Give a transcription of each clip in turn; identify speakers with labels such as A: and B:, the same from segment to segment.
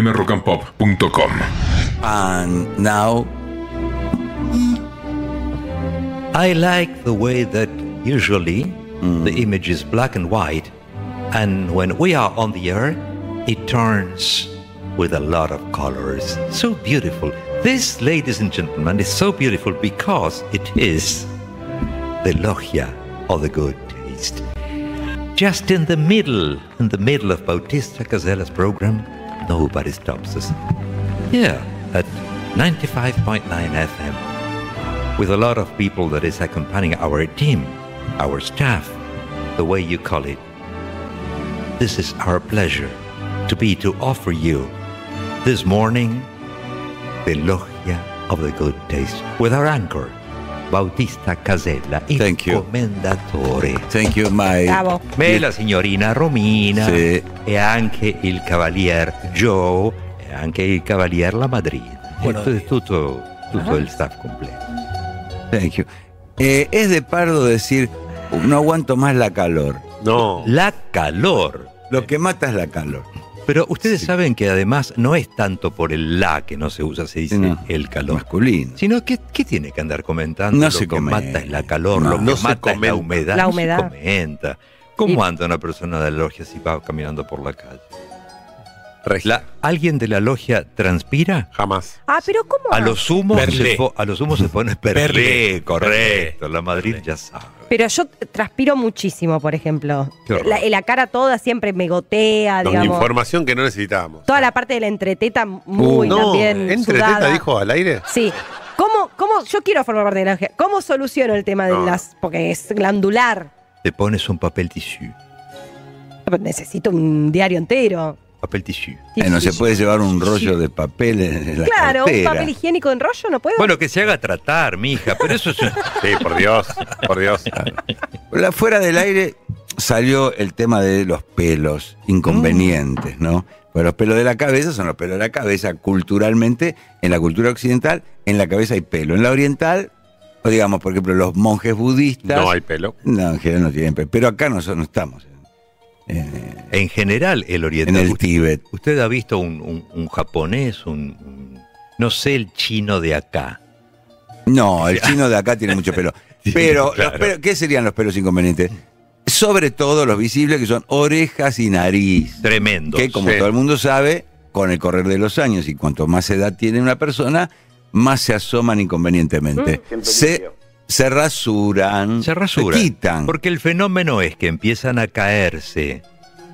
A: fmrockandpop.com.
B: And now.
C: I like the way that usually the image is black and white, and when we are on the air, it turns with a lot of colors. So beautiful. This, ladies and gentlemen, is so beautiful because it is the logia of the good taste. Just in the middle, in the middle of Bautista Casella's program, nobody stops us. Here at 95.9 FM with a lot of people that is accompanying our team, our staff, the way you call it. This is our pleasure to be to offer you this morning the Logia of the Good Taste with our anchor, Bautista Casella, il
B: Thank you.
C: commendatore.
B: Thank you, my.
D: Bravo.
C: Me, la signorina Romina
B: Sì.
C: e anche il cavalier Joe e anche il cavalier La Madrina. E
B: Buenos
C: tu-
B: días.
C: tutto, tutto il staff completo.
B: Thank you. Eh, es de pardo decir, no aguanto más la calor.
E: No.
C: La calor.
B: Lo que mata es la calor.
C: Pero ustedes saben que además no es tanto por el la que no se usa, se dice
B: No.
C: el calor.
B: Masculino.
C: Sino que, ¿qué tiene que andar comentando?
B: No
C: lo
B: se
C: que
B: comenta.
C: mata es la calor,
B: No.
C: lo que
E: No se
C: mata es la
E: comenta.
C: humedad.
D: La
C: no se
D: humedad.
C: comenta. ¿Cómo anda una persona de la logia si va caminando por la calle? La- ¿Alguien de la logia transpira?
E: Jamás.
D: Ah, pero ¿cómo?
C: A lo sumo,
E: Perlé.
C: se, po- a lo sumo se pone perlé,
E: Perlé.
C: correcto. La Madrid ya sabe.
D: Pero yo transpiro muchísimo, por ejemplo.
C: Qué horror.
D: La, la cara toda siempre me gotea,
E: Nos-
D: Ah, digamos.
E: información que no necesitábamos.
D: Toda la parte de la entreteta muy
E: Uh, no,
D: también
E: entreteta
D: sudada.
E: dijo al aire.
D: Sí. ¿Cómo, cómo, yo quiero formar parte de la logia. ¿Cómo soluciono el tema de
E: No.
D: las...? Porque es glandular.
C: Te pones un papel tisú.
D: Necesito un diario entero.
C: Papel tisú.
B: Eh, no se puede llevar un rollo de papel en la
D: Claro, un
B: cartera.
D: papel higiénico en rollo no puedo.
C: Bueno, que se haga tratar, mija, pero eso es...
E: Sí, por Dios, por Dios.
B: La- Fuera del aire salió el tema de los pelos inconvenientes, ¿no? Pero los pelos de la cabeza son los pelos de la cabeza. Culturalmente, en la cultura occidental, en la cabeza hay pelo. En la oriental, o digamos, por ejemplo, los monjes budistas.
E: No hay pelo.
B: No, en general no tienen pelo. Pero acá nosotros no estamos. eh,
C: En general, el
B: en
C: oriental.
B: el
C: usted,
B: Tíbet.
C: usted ha visto un, un- un japonés, un, un- No sé, el chino de acá.
B: No, el chino de acá tiene mucho pelo.
C: Sí,
B: Pero,
C: claro.
B: los pelos- ¿qué serían los pelos inconvenientes? Sobre todo los visibles, que son orejas y nariz.
C: Tremendo.
B: que como
E: Sí.
B: todo el mundo sabe, con el correr de los años y cuanto más edad tiene una persona, más se asoman inconvenientemente. Se, se rasuran,
C: Se rasura.
B: se quitan.
C: Porque el fenómeno es que empiezan a caerse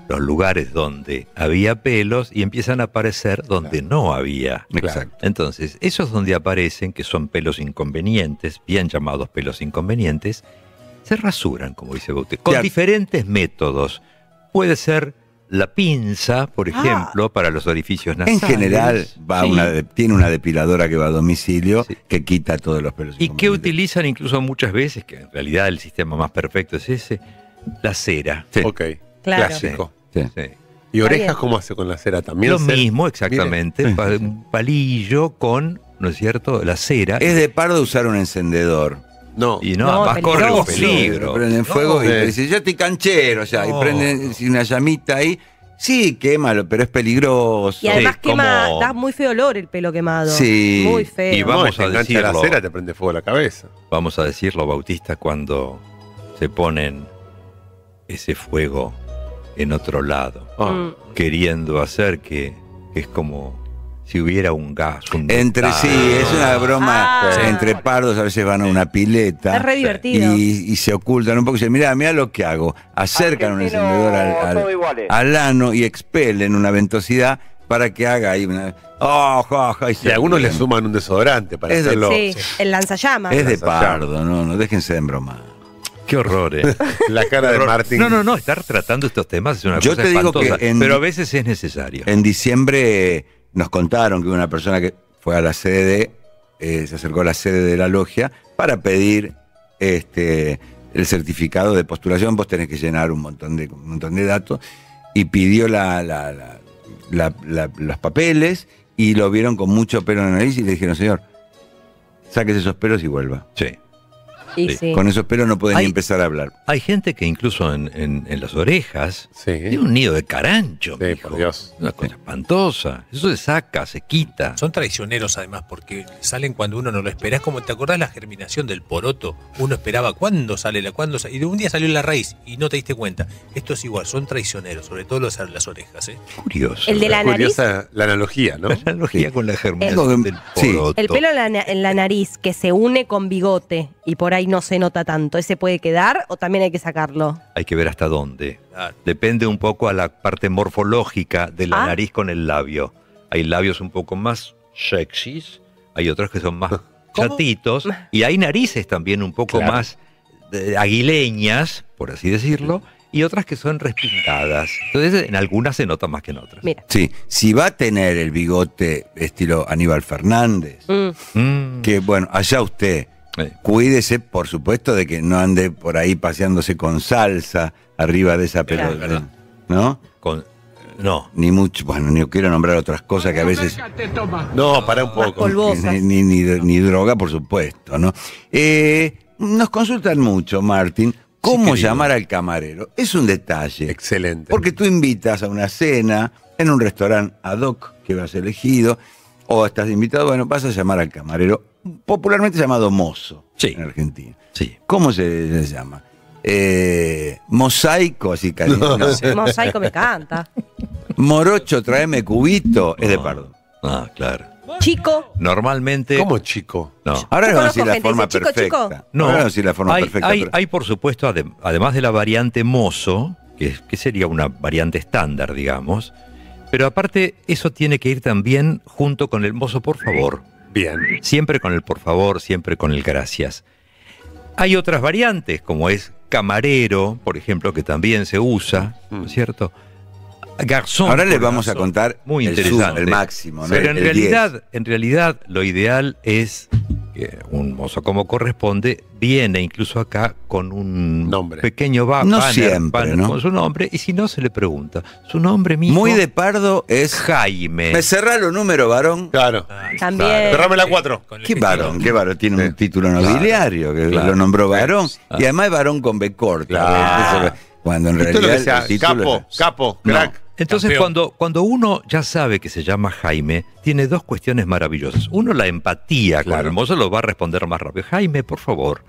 C: los lugares donde había pelos y empiezan a aparecer donde no había.
B: Exacto.
C: Entonces, esos donde aparecen, que son pelos inconvenientes, bien llamados pelos inconvenientes, se rasuran, como dice Bautista, con
B: Claro.
C: diferentes métodos. Puede ser la pinza, por
D: Ah.
C: ejemplo, para los orificios
B: En
C: nasales.
B: general, va
C: Sí.
B: una de- tiene una depiladora que va a domicilio
C: Sí.
B: que quita todos los pelos.
C: Y que
B: inconvenientes.
C: utilizan incluso muchas veces, que en realidad el sistema más perfecto es ese, la cera.
B: Sí.
E: Ok.
D: Claro.
E: Clásico.
B: Sí.
C: Sí.
E: ¿Y
D: Está
E: orejas
D: bien.
E: cómo hace con la cera? También
C: Lo
E: se-
C: mismo, exactamente.
B: Mire.
C: pa- un palillo con, ¿no es cierto?, la cera.
B: Es de pardo usar un encendedor.
E: No.
C: Y no,
D: No,
C: además corre un
D: peligroso.
C: peligro.
B: Lo Prenden fuego y
E: sí.
B: le dicen, yo estoy canchero ya.
C: No.
B: Y prenden una llamita ahí. Sí, quémalo, pero es peligroso.
D: y además
C: Sí,
D: quema,
C: como-
D: da muy feo olor el pelo quemado.
B: Sí.
D: Muy feo.
C: Y
E: No,
C: vamos
E: y te
C: a
E: engancha
C: decirlo.
E: la cera, te prende fuego la cabeza.
C: Vamos a decirlo, Bautista, cuando se ponen ese fuego en otro lado,
E: Ah.
D: Mm.
C: queriendo hacer que, que es como si hubiera un gas. un
B: Entre sí,
E: Ah.
C: metal.
B: es una broma.
D: Ah.
B: Entre pardos a veces van a una pileta.
D: Es re divertido.
B: Y, y se ocultan un poco. Y dicen, mira, mira lo que hago. Acercan un
F: Argentinos,
B: encendedor al, al-
F: todos iguales.
B: al ano y expelen una ventosidad para que haga ahí una. ¡Oh, ja, ja! se
E: Y algunos le
B: ríen.
E: suman un desodorante para
B: Es de-
E: hacerlo.
D: Sí, el lanzallamas.
B: Es de
E: Las allá.
B: pardo, no, no déjense de broma.
C: Qué horror, eh.
E: La cara de Martín.
C: No, no, no, estar tratando estos temas es una
B: Yo
C: cosa
B: te digo
C: espantosa,
B: que en- Eh,
C: pero a veces es necesario.
B: En diciembre eh, nos contaron que una persona que fue a la sede, de- eh, se acercó a la sede de la logia para pedir este, el certificado de postulación. Vos tenés que llenar un montón de, un montón de datos. Y pidió la- la- la- la- la- los papeles y lo vieron con mucho pelo en la nariz y le dijeron, señor, sáquese esos pelos y vuelva.
C: Sí.
D: Y
C: Sí.
D: sí.
B: Con esos pelos no pueden
C: Ay.
B: ni empezar a hablar.
C: Hay gente que incluso en, en- en las orejas
E: Sí.
C: tiene un nido de carancho.
E: Sí,
C: mijo.
E: por Dios.
C: Una cosa espantosa. Eso se saca, se quita.
A: Son traicioneros además porque salen cuando uno no lo espera. Es como, ¿te acordás la germinación del poroto? Uno esperaba cuándo sale la, cuándo sa- Y de un día salió la raíz y no te diste cuenta. Esto es igual, son traicioneros, sobre todo los, las orejas. ¿eh?
C: Curioso.
D: El de la nariz.
E: Curiosa la analogía, ¿no?
C: La analogía con la
B: Algo
C: germinación
B: que-
C: del
B: sí.
C: poroto.
D: El pelo en la, na- en la nariz que se une con bigote y por ahí no se nota tanto. ¿Ese puede quedar o también hay que sacarlo?
C: Hay que ver hasta dónde.
A: Claro.
C: Depende un poco a la parte morfológica de la
D: Ah.
C: nariz con el labio. Hay labios un poco más sexys, hay otros que son más
A: ¿Cómo?
C: chatitos, y hay narices también un poco
E: Claro.
C: más eh, aguileñas, por así decirlo, y otras que son respingadas. Entonces, en algunas se nota más que en otras.
D: Mira.
B: Sí, si va a tener el bigote estilo Aníbal Fernández,
D: Mm.
C: Mm,
B: que bueno, allá usted,
C: eh,
B: cuídese por supuesto de que no ande por ahí paseándose con salsa arriba de esa
D: Claro.
B: pelota, ¿no?
C: con- no,
B: Ni mucho, bueno, ni quiero nombrar otras cosas que a veces
E: No, para un poco.
D: Polvo. Polvosas.
B: Ni, ni- ni- ni droga, por supuesto, ¿no? Eh, nos consultan mucho, Martín, cómo
E: querido.
B: llamar al camarero. Es un detalle.
E: Excelente.
B: Porque tú invitas a una cena en un restaurante ad hoc que vas elegido, o estás invitado, bueno, vas a llamar al camarero, popularmente llamado mozo
C: Sí.
B: en Argentina.
C: sí.
B: ¿Cómo se le llama? Eh, mosaico, así cariño. no.
D: Mosaico me canta.
B: Morocho, tráeme cubito, es de
C: Ah,
B: pardo.
C: Ah, claro.
D: Chico.
C: Normalmente.
E: ¿Cómo chico?
C: No.
B: Ahora
D: Yo
B: no vamos a decir
D: conozco
B: la
D: gente,
B: forma
D: dice, "Chico,
B: perfecta.
D: chico".
B: Ahora no vamos a decir la forma
C: hay,
B: perfecta.
C: hay-
B: pero-
C: hay, por supuesto, adem- además de la variante mozo, que, es- que sería una variante estándar, digamos, pero aparte eso tiene que ir también junto con el mozo, por favor.
E: Bien.
C: Siempre con el por favor, siempre con el gracias. Hay otras variantes, como es camarero, por ejemplo, que también se usa, ¿no es cierto? Garzón.
B: Mm. Ahora les
C: por
B: vamos a
C: garzón.
B: contar
C: Muy
B: el,
C: interesante.
B: sumo, el máximo. ¿no?
C: Pero en
B: El
C: realidad,
B: 10.
C: en realidad, lo ideal es que un mozo como corresponde viene incluso acá con un
E: Nombre.
C: pequeño ba-
B: No
C: banner,
B: siempre,
C: banner
B: ¿no?
C: con su nombre y si no se le pregunta su nombre mismo.
B: muy de pardo es...
C: es Jaime.
B: Me cerrá los números, varón.
E: Claro.
D: También.
E: Cerrame la cuatro.
A: Con el
B: Qué
A: gestión.
B: varón, qué varón. Tiene
E: Sí.
B: un título nobiliario que
C: Claro.
B: lo nombró varón.
C: Claro.
B: Y además es varón con B corta.
E: Claro.
B: Eso- Cuando en
E: Esto es lo
B: realidad...
E: que
B: el
E: sea,
B: título-
E: capo, capo, crack.
C: Entonces,
A: Campeón.
C: cuando, cuando uno ya sabe que se llama Jaime, tiene dos cuestiones maravillosas. Uno, la empatía con
E: Claro.
C: el mozo lo va a responder más rápido. Jaime, por favor.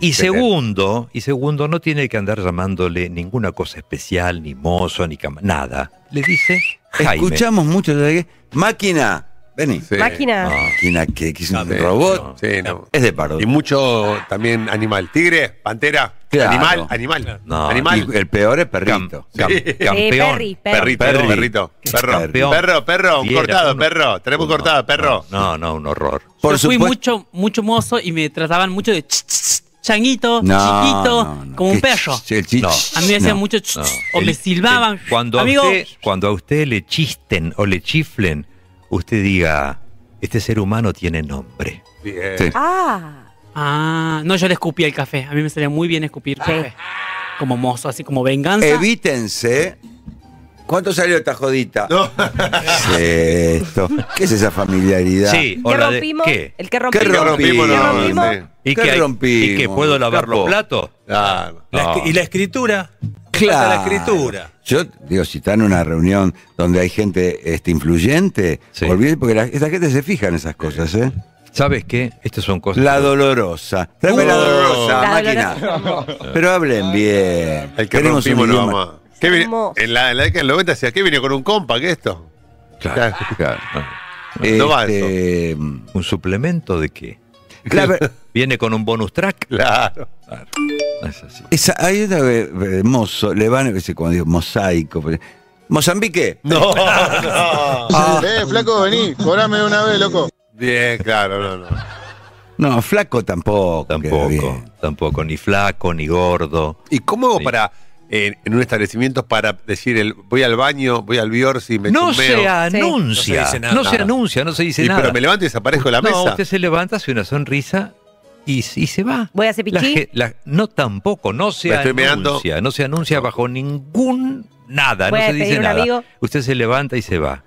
C: Y
B: Excelente.
C: segundo, y segundo, no tiene que andar llamándole ninguna cosa especial, ni mozo, ni cama, nada. Le dice Jaime.
B: Escuchamos mucho. ¿sabes qué? Máquina. Vení.
E: Sí.
D: Máquina.
C: Ah,
B: Máquina que, que es un
A: Ah, sí.
B: robot.
E: Sí, no.
B: Es de pardo.
E: Y mucho también animal. Tigre, pantera,
B: Claro.
E: animal, animal.
C: No,
E: animal.
B: Y el peor es perrito.
C: cam-
E: Sí.
C: Campeón.
D: Eh, Perry, Perry.
E: Perrito,
C: Perry.
E: perrito, perro,
C: Campeón.
E: perro, perro, un
C: Fiera,
E: cortado,
C: uno.
E: perro, tenemos
C: Uno.
E: cortado, perro.
C: No, no, un horror.
B: Por
F: yo fui
B: supuesto-
F: mucho, mucho mozo y me trataban mucho de ch- ch- ch- changuito, chiquito,
B: no, no.
F: como un
B: Qué
F: perro.
B: ch- el chich-
C: No.
F: A mí me hacían
B: no.
F: mucho ch-
C: No.
F: ch- o
C: El-
F: me silbaban.
C: el- cuando,
F: Amigo,
C: a usted, cuando a usted le chisten o le chiflen, usted diga, este ser humano tiene nombre.
E: Bien.
B: Sí.
D: Ah.
F: ah, no, yo le escupía el café. A mí me salía muy bien escupir
C: Ah.
F: café. Como mozo, así como venganza.
C: Eh,
B: Evítense. ¿Cuánto salió esta jodita?
E: No.
B: ¿Qué es esto? ¿Qué es esa familiaridad?
C: Sí, o
D: ¿Qué
C: la de-
D: rompimos?
C: ¿qué?
D: El que
B: ¿Qué
D: rompimos.
B: rompimos?
E: rompimos,
D: ¿Qué
E: no,
D: rompimos?
E: sí.
C: ¿Y
B: ¿Qué
C: que, hay-
B: rompimos?
C: ¿Y que puedo lavar
B: Capo.
C: los platos?
E: Claro.
A: La escri- ¿Y la escritura?
B: Claro.
A: La escritura.
B: Yo digo, si está en una reunión donde hay gente este, influyente,
C: Sí.
B: olvídate, porque la, esa gente se fija en esas cosas, ¿eh?
C: ¿Sabes qué? Estas son cosas.
B: La dolorosa. Tráeme la
E: Uh.
B: dolorosa,
D: La
B: máquina. Pero hablen bien.
E: El que
B: Queremos un
E: rompimos no
B: idioma.
E: vamos. ¿Qué viene-
D: Hermoso.
E: En la, en la década del 90 decía, ¿qué viene con un compa? ¿Qué es esto?
C: Claro.
B: Claro.
E: No va
B: Este,
C: ¿Un suplemento de qué?
B: la ver-
C: ¿Viene con un bonus track?
E: Claro.
C: Es así.
B: esa- hay otra que, eh, mozo, le van, ese, como digo, mosaico. pero- Mozambique.
E: No, no.
G: Eh, flaco, vení, cobrame de una vez, loco.
E: Bien, claro, no, no.
B: No, flaco tampoco. queda
C: Tampoco,
B: bien.
C: tampoco. Ni flaco, ni gordo.
E: ¿Y cómo hago
C: Sí.
E: para eh, en un establecimiento para decir el voy al baño, voy al Biorsi, me
C: No
E: chumbeo?
C: se
D: Sí.
C: anuncia.
A: No
C: No
A: se
C: se,
A: dice nada. Nada.
C: anuncia, no se dice
E: Y,
C: nada.
E: pero me levanto y desaparezco de la
C: No,
E: mesa.
C: usted se levanta, hace una sonrisa y, y se va.
D: Voy a hacer
C: La
D: pichí.
C: ge- la- no, tampoco, no se
E: Me estoy
C: anuncia. No se anuncia bajo ningún nada,
D: Voy
C: no
D: a
C: se
D: despedir
C: dice
D: un
C: nada.
D: amigo.
C: Usted se levanta y se va.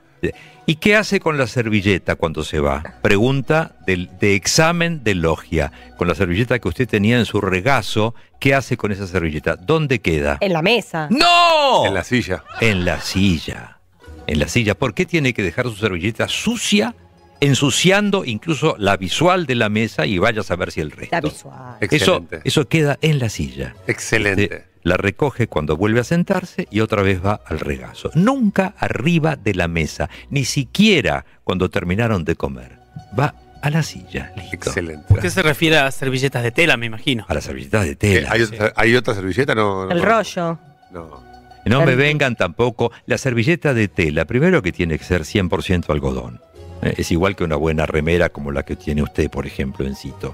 C: ¿Y qué hace con la servilleta cuando se va? Pregunta del- de, examen de logia. Con la servilleta que usted tenía en su regazo, ¿qué hace con esa servilleta? ¿Dónde queda?
D: En la mesa.
C: ¡No!
E: En la silla.
C: En la silla. En la silla. ¿Por qué tiene que dejar su servilleta sucia, ensuciando incluso la visual de la mesa y vaya a saber si el resto?
D: La visual.
C: Eso,
E: Excelente.
C: eso queda en la silla.
E: Excelente.
C: La recoge cuando vuelve a sentarse y otra vez va al regazo. Nunca arriba de la mesa, ni siquiera cuando terminaron de comer. Va a la silla, listo.
E: Excelente.
F: Usted se refiere a servilletas de tela, me imagino.
C: A las servilletas de
E: Eh,
C: tela.
E: ¿Hay, otra, hay otra servilleta? No, no
D: El
E: conozco.
D: rollo.
E: No.
C: No me vengan tampoco. La servilleta de tela, primero que tiene que ser 100% algodón. Eh, Es igual que una buena remera como la que tiene usted, por ejemplo, encito.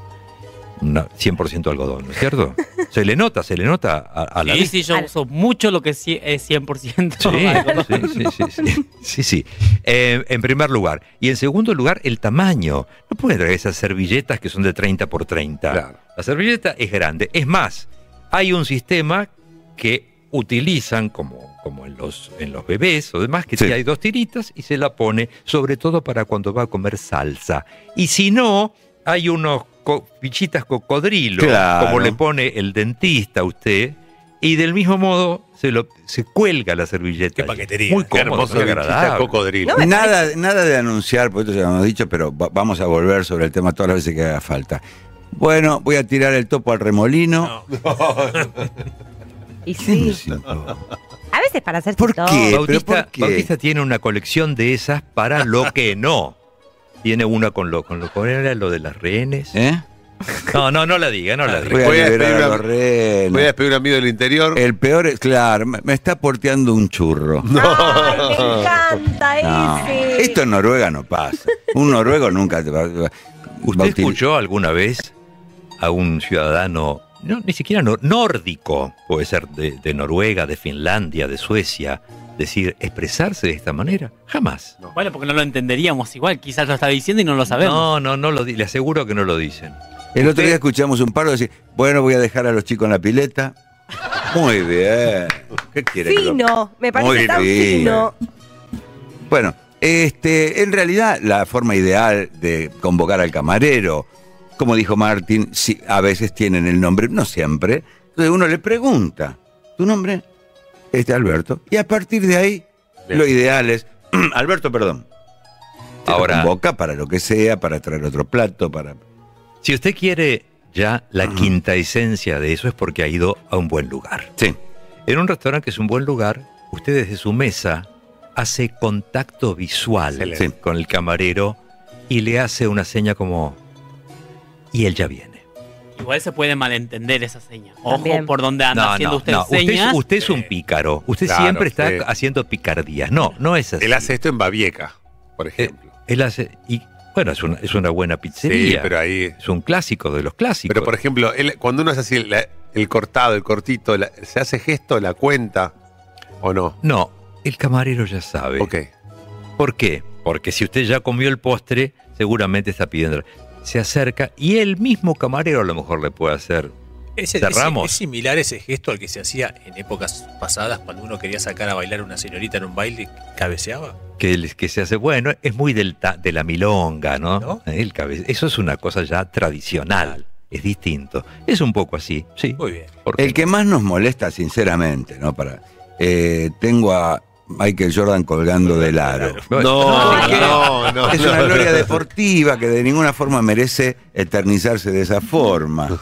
C: Una 100% algodón, ¿no es cierto? Se le nota, se le nota a, a la
F: Sí,
C: vista.
F: sí, yo
D: Al-
F: uso mucho lo que sí es 100%. algodón.
C: Sí, sí, sí, sí, sí, sí. Eh, en primer lugar. Y en segundo lugar, el tamaño. No pueden traer esas servilletas que son de 30 por 30.
E: Claro.
C: La servilleta es grande. Es más, hay un sistema que utilizan como, como en, los, en los bebés o demás, que
B: Sí.
C: si hay dos tiritas y se la pone, sobre todo para cuando va a comer salsa. Y si no, hay unos co- fichitas cocodrilo,
B: Claro.
C: como le pone el dentista a usted, y del mismo modo se, lo, se cuelga la servilleta.
A: Qué paquetería.
C: Muy
E: Qué
C: cómodo,
E: hermoso
C: muy
E: bichita
C: agradable.
E: cocodrilo.
D: No me
B: Nada, nada de anunciar, porque esto ya lo hemos dicho, pero va- vamos a volver sobre el tema todas las veces que haga falta. Bueno, voy a tirar el topo al remolino.
A: No.
D: Y
B: ¿Qué me
D: sí.
B: siento?
D: A veces para hacer
B: ¿Por
D: TikTok.
B: qué? Eh, pero
C: Bautista,
B: ¿por qué?
C: Bautista tiene una colección de esas para lo que no. Tiene una con lo con lo, con lo de las rehenes.
B: ¿Eh? Ah,
C: No, no, no la diga, no la diga.
B: Voy a
E: Voy a
B: liberar
E: pedir
B: a
E: una-
B: los rehenes.
E: Voy a despedir a un amigo del
C: Eh,
E: interior.
B: El peor es, claro, me me está porteando un churro.
D: Ay, me encanta
B: No,
D: ese.
B: Esto en Noruega no pasa. Un noruego nunca te va va-
C: ¿Usted
B: bautil-
C: escuchó alguna vez a un ciudadano, no, ni siquiera nor- nórdico, puede ser de, de Noruega, de Finlandia, de Suecia, decir, expresarse de esta manera? Jamás.
F: Bueno, porque no lo entenderíamos igual. Quizás lo está diciendo y no lo sabemos.
C: No, no, no lo di- le aseguro que no lo dicen.
B: El otro día escuchamos un paro decir, bueno, voy a dejar a los chicos en la pileta. Muy bien. ¿Qué quiere que lo-
D: Fino. Me parece
B: Muy
D: tan
B: bien.
D: fino.
B: Bueno, este, en realidad la forma ideal de convocar al camarero, como dijo Martín, sí, a veces tienen el nombre, no siempre. Entonces uno le pregunta, ¿tu nombre? Este Alberto. Y a partir de ahí,
E: Bien.
B: lo ideal es, Alberto, perdón. Se lo
C: Ahora-
B: convoca para lo que sea, para traer otro plato, para...
C: Si usted quiere ya la quinta esencia de eso es porque ha ido a un buen lugar.
B: Sí.
C: En un restaurante que es un buen lugar, usted desde su mesa hace contacto visual
B: Excelente. Sí.
C: con el camarero y le hace una seña como, y él ya viene.
F: Igual se puede malentender esa seña. Ojo
D: También.
F: por dónde anda haciendo usted
C: Usted, es-
F: señas.
C: usted es un pícaro. Usted
E: Claro,
C: siempre está
E: sí.
C: haciendo picardías. No, no es así.
E: Él hace esto en Babieca,
C: Eh,
E: por ejemplo.
C: Él hace- y bueno, es una, es una buena pizzería.
E: sí, pero ahí.
C: es un clásico de los clásicos.
E: Pero por ejemplo, él- cuando uno es así, la- el cortado, el cortito, la- ¿se hace gesto, la cuenta o no?
C: no, el camarero ya sabe.
E: Ok.
C: ¿Por qué? Porque si usted ya comió el postre, seguramente está pidiendo. Se acerca y el mismo camarero a lo mejor le puede hacer.
A: Ese-
C: Cerramos.
A: ese- Es, similar ese gesto al que se hacía en épocas pasadas cuando uno quería sacar a bailar a una señorita en un baile y cabeceaba.
C: Que, les- que se hace, bueno, es muy del ta- de la milonga, ¿no?
A: ¿No?
C: El cabe- eso es una cosa ya tradicional, es distinto. Es un poco así, sí.
A: Muy bien.
C: ¿por qué
B: El que más nos molesta, sinceramente, ¿no? Para, eh, tengo a Michael Jordan colgando del aro.
C: no?
E: No, no, no.
B: Es una gloria deportiva que de ninguna forma merece eternizarse de esa forma.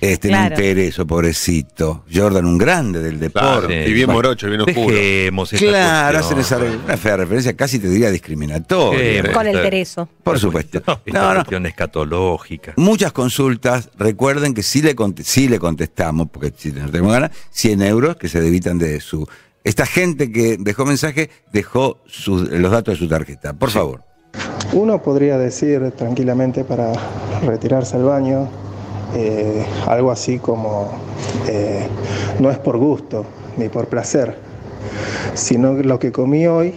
B: Este,
D: Claro.
B: no intereso, pobrecito. Jordan, un grande del
E: Claro,
B: deporte.
E: y bien morocho, bien oscuro.
C: Dejemos esta
B: Claro, hacen
C: cuestión.
B: esa re- una fea referencia, casi te diría discriminatoria.
C: Sí,
D: Con el
C: Está-
D: tereso.
B: Por supuesto.
C: Esta
B: No, no.
C: cuestión escatológica.
B: Muchas consultas, recuerden que sí le, cont- sí le contestamos, porque si no tenemos ganas, 100 euros que se debitan de su... Esta gente que dejó mensaje dejó sus- los datos de su tarjeta, por favor.
H: Uno podría decir tranquilamente para retirarse al baño eh, algo así como eh, no es por gusto ni por placer, sino que lo que comí hoy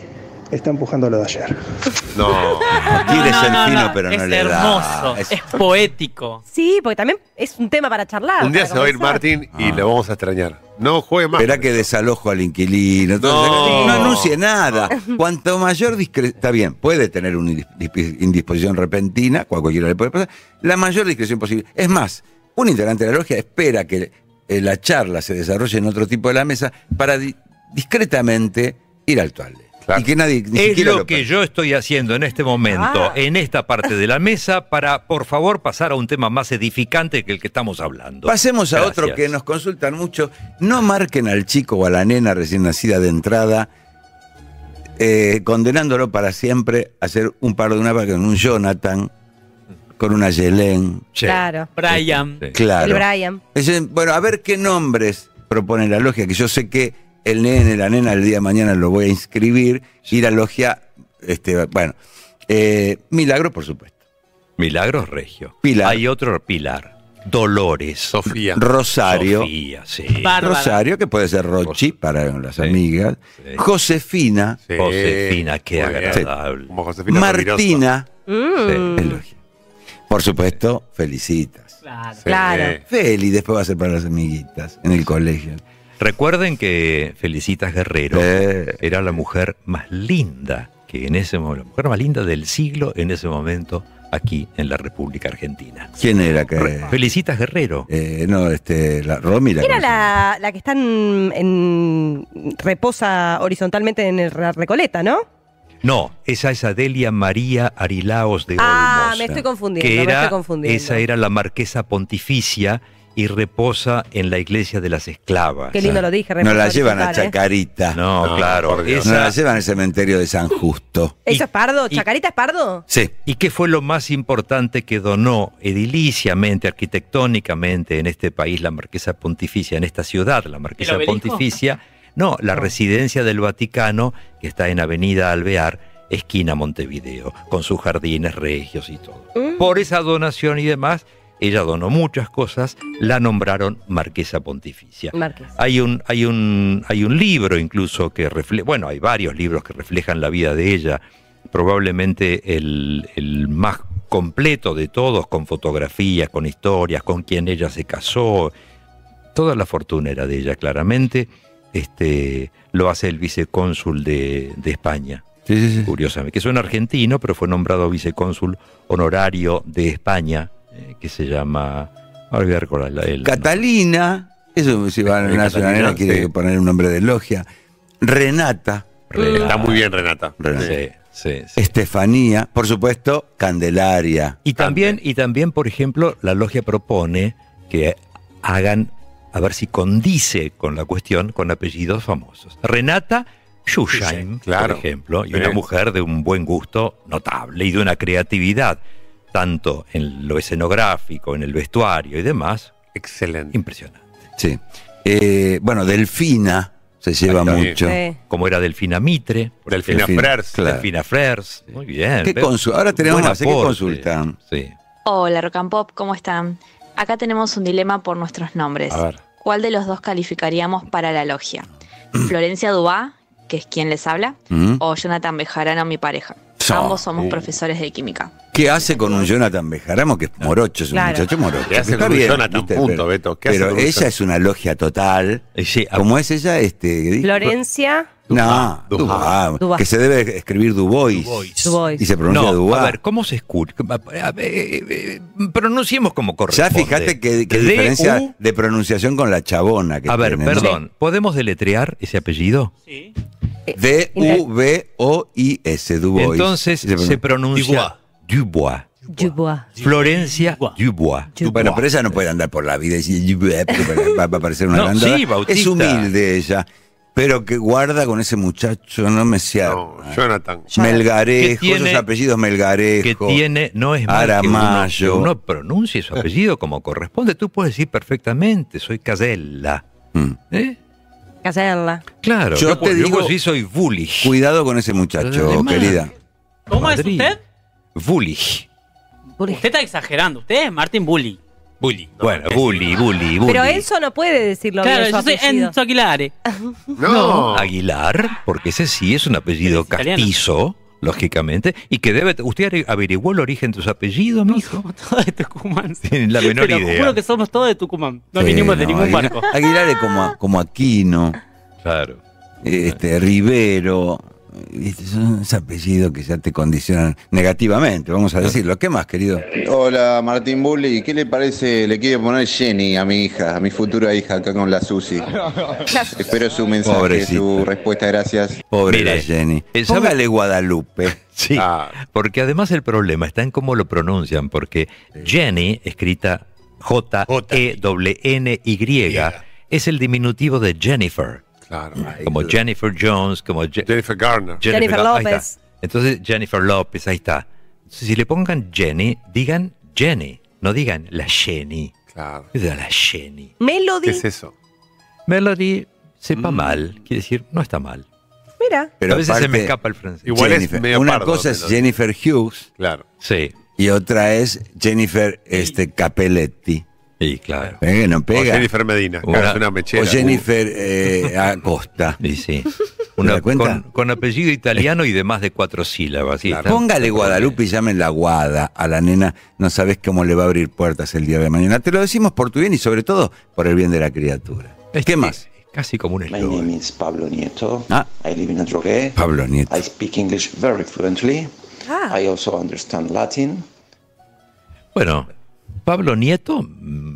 H: está empujando lo de ayer.
E: No.
F: Ah,
B: Quiere ser fino, pero no
F: es
B: le da.
F: hermoso,
B: Es-
F: es poético.
D: Sí, porque también es un tema para charlar.
E: Un día
D: para
E: se va a ir
D: conversar.
E: Martín y
B: Ah.
E: lo vamos a extrañar. No juegue más.
B: Espera que desalojo al inquilino. Entonces,
E: No.
B: no. anuncie nada. Cuanto mayor discreción. Está bien, puede tener una indis- disp- indisposición repentina, cual cualquiera le puede pasar. La mayor discreción posible. Es más, un integrante de la logia espera que eh, la charla se desarrolle en otro tipo de la mesa para di- discretamente ir al toile.
E: Claro.
B: Y que nadie ni
C: Es
B: siquiera
C: lo
B: lo
C: que
B: pe-
C: yo estoy haciendo en este momento,
D: Ah.
C: en esta parte de la mesa, para por favor pasar a un tema más edificante que el que estamos hablando.
B: Pasemos a
C: Gracias.
B: otro que nos consultan mucho. No marquen al chico o a la nena recién nacida de entrada, eh, condenándolo para siempre a hacer un par de una con un Jonathan, con una Yelén.
C: Che,
D: Claro.
F: Brian.
C: Sí.
D: El
B: Claro.
D: Brian.
B: Dicen, bueno, a ver qué nombres propone la logia, que yo sé que el nene, la nena, el día de mañana lo voy a inscribir y la logia, este, bueno, eh, milagro, por supuesto.
C: Milagros Regio.
B: Pilar.
C: Hay otro Pilar. Dolores.
E: Sofía.
B: Rosario.
C: Sofía, sí.
F: Bárbara.
B: Rosario, que puede ser Rochi para las
C: Sí.
B: amigas.
C: Sí.
B: Josefina,
E: Sí.
C: Josefina, qué
E: Muy bien.
C: agradable.
E: Como Josefina Rovirosa.
B: Martina.
D: Mm.
B: el logia. Por supuesto, felicitas.
F: Claro.
E: Sí.
D: Claro.
B: Feli, después va a ser para las amiguitas en el colegio.
C: Recuerden que Felicitas Guerrero
B: Eh.
C: era la mujer más linda que en ese momento, la mujer más linda del siglo en ese momento aquí en la República Argentina.
B: ¿Quién era que.?
C: Re- Felicitas Guerrero.
B: eh, no, este, la Romy la
D: ¿Quién era la,
B: conocí.
D: la que está en, en- reposa horizontalmente en el la Recoleta, no?
C: No, esa es Adelia María Arilaos de
D: Ah,
C: Olmos,
D: me estoy confundiendo,
C: que
D: me estoy
C: era,
D: confundiendo.
C: esa era la marquesa pontificia y reposa en la iglesia de las esclavas.
D: Qué lindo lo dije,
B: No la
D: reposa
B: llevan a
D: horizontal, ¿eh?
B: Chacarita. No,
C: No,
E: No,
C: claro.
E: por Dios.
C: esa-
B: la llevan al cementerio de San Justo.
D: ¿Eso es pardo?
C: y-
D: ¿Chacarita es pardo?
B: Sí.
C: ¿Y qué fue lo más importante que donó ediliciamente, arquitectónicamente en este país la Marquesa Pontificia, en esta ciudad, la Marquesa
F: obelisco?
C: Pontificia? No, la residencia del Vaticano, que está en Avenida Alvear, esquina Montevideo, con sus jardines regios y todo. Por esa donación y demás, ella donó muchas cosas, la nombraron Marquesa Pontificia.
D: Márquez.
C: Hay un, hay un, hay un libro incluso que refleja, bueno, hay varios libros que reflejan la vida de ella. Probablemente el, el más completo de todos, con fotografías, con historias, con quien ella se casó. Toda la fortuna era de ella, claramente. Este, lo hace el vicecónsul de, de España,
B: Sí, sí, sí.
C: curiosamente, que es un argentino, pero fue nombrado vicecónsul honorario de España, eh, que se llama... Ahora voy a recordar la- el-
B: Catalina. Eso si van a
E: Eh,
B: una
E: Catalina,
B: ciudadanía quiere
E: sí.
B: poner un nombre de logia. Renata. Mm.
E: Está muy bien, Renata.
B: Renata.
C: Sí, sí, sí.
B: Estefanía. Por supuesto, Candelaria.
C: Y también, y también, por ejemplo, la logia propone que hagan, a ver si condice con la cuestión, con apellidos famosos. Renata Schusheim,
E: claro.
C: por ejemplo, y
E: Sí.
C: una mujer de un buen gusto notable y de una creatividad, tanto en lo escenográfico, en el vestuario y demás,
E: Excelente.
C: impresionante.
B: Sí. Eh, bueno, Delfina se lleva
E: Ahí está.
B: mucho.
D: Sí.
C: Como era Delfina Mitre, por
E: Delfina
B: Delfina,
E: Frers.
B: claro.
C: Delfina Frers, muy bien.
B: ¿Qué
C: ¿ves?
B: consu- Ahora tenemos
C: Buen
B: más, ¿eh? ¿Qué
C: aporte.
B: consultan?
C: Sí.
I: Hola, Rock and Pop, ¿cómo están? Acá tenemos un dilema por nuestros nombres.
E: A ver.
I: ¿Cuál de los dos calificaríamos para la logia?
A: Mm.
I: ¿Florencia Dubá, que es quien les habla?
B: ¿Mm?
I: ¿O Jonathan Bejarano, mi pareja?
B: No.
I: Ambos somos profesores de química.
B: ¿Qué hace con un Jonathan Bejaramo que es morocho, es un
D: Claro.
B: muchacho morocho?
E: ¿Qué hace
B: Está
E: con un
B: bien,
E: Jonathan?
B: ¿viste?
E: Punto,
B: pero,
E: Beto. ¿Qué hace
B: pero
E: con un
B: ella
E: Jonathan?
B: es una logia total.
C: Eh, sí, a-
B: ¿Cómo es ella? Este,
D: Florencia
B: No,
E: Dubá.
B: Dubá,
D: Dubá.
B: Que se debe escribir Dubois.
A: Dubois.
D: Dubois.
B: Y se pronuncia
C: no,
B: Dubá.
C: a ver, ¿cómo se escucha? A ver, eh, eh, pronunciemos como
B: ya
C: corresponde.
B: fíjate qué qué
C: D,
B: diferencia
C: U.
B: de pronunciación con la chabona que
C: A ver,
B: tiene, ¿no?
C: perdón, ¿podemos deletrear ese apellido?
F: Sí.
B: D-U-B-O-I-S, Dubois.
C: Entonces
B: Y se
C: se pronuncia Dubois.
D: Dubois.
C: Florencia Dubois.
B: Bueno, pero ella no puede andar por la vida y decir, "Bleh", porque va va a parecer una
C: No,
B: grandada.
C: sí, Bautista.
B: Es humilde ella, pero que guarda con ese muchacho, no me sea.
E: No, Jonathan.
B: Melgarejo,
C: Que tiene-
B: esos apellidos
C: Que
B: Melgarejo.
C: tiene, no es más
B: Aramayo.
C: que uno, que uno pronuncie su apellido como corresponde. Tú puedes decir perfectamente, soy Casella.
B: Mm.
C: ¿Eh?
D: Casella.
C: Claro,
B: Yo te
C: puedo-
B: digo-
C: puedo decir, soy Bullish.
B: Cuidado con ese
C: Pero
B: muchacho,
C: además-
B: querida.
F: ¿Cómo
C: Madrid.
F: es usted?
C: Bullish.
F: Usted está exagerando. Usted es Martin Bully.
A: Bully. No,
C: Bueno,
A: es-
C: bully, bully, bully.
D: Pero Enzo no puede decirlo
F: Claro,
D: bien su
F: yo soy
D: apellido.
F: Enzo Aguilare.
E: No.
C: Aguilar, porque ese sí es un apellido
F: Es italiano.
C: castizo, lógicamente, y que debe. ¿Usted averiguó el origen de su apellido,
F: No
C: mijo?
F: somos todos de Tucumán.
C: Tiene la menor
F: Te lo
C: idea.
F: juro que somos todos de Tucumán. No
B: Sí,
F: vinimos de
B: no,
F: ningún
B: Aguilar-
F: barco.
B: Aguilar es como, como Aquino,
C: Claro.
B: este, Rivero. este, Son esos apellidos que ya te condicionan negativamente, vamos a decirlo. ¿Qué más, querido?
G: Hola, Martín Bulli. ¿Qué le parece? Le quiere poner Jenny a mi hija, a mi futura hija, acá con la Susi. Espero su mensaje,
B: Pobrecita.
G: su respuesta. Gracias.
B: Pobre
C: Mire,
B: la Jenny.
C: eh, ¿sabe-
B: Póngale Guadalupe.
C: Sí.
E: Ah,
C: Porque además el problema está en cómo lo pronuncian, porque Jenny, escrita E J-E-N-Y, es el diminutivo de Jennifer.
E: claro.
C: Como Jennifer Jones, como Je-
E: Jennifer Garner.
D: Jennifer
C: ahí
D: López.
C: está. Entonces, Jennifer López, ahí está. Si le pongan Jenny, digan Jenny, no digan la Jenny.
E: Claro.
C: Es de La Jenny.
E: ¿Qué
D: Melody.
E: es eso?
C: Melody, sepa
E: Mm.
C: mal, quiere decir, no está mal.
D: Mira.
B: Pero
C: a veces se me
B: aparte,
C: escapa el francés.
E: Igual- es
B: Jennifer.
E: medio
B: Una
E: pardo,
B: cosa es
E: pero-
B: Jennifer Hughes
E: Claro.
C: Sí,
B: y otra es Jennifer este, Capelletti.
C: y claro.
B: Pega, no
E: O
B: pega.
E: Jennifer Medina.
C: Una-
E: Claro, es una mechera.
B: O Jennifer
C: Uh.
B: eh, Acosta.
C: Y sí.
B: da
C: Una-
B: cuenta?
C: con, con apellido italiano y de más de cuatro sílabas. sí, está-
B: Póngale Guadalupe y llamen la Guada a la nena. No sabes cómo le va a abrir puertas el día de mañana. Te lo decimos por tu bien y sobre todo por el bien de la criatura.
C: Es-
B: ¿Qué
C: es-
B: más?
C: Este es casi como un
J: My
C: eslogan.
J: name is Pablo Nieto.
B: Ah.
J: I live in Adrogué.
B: Pablo Nieto.
J: I speak English very fluently.
D: Ah.
J: I also understand Latin.
C: Bueno, Pablo Nieto mm,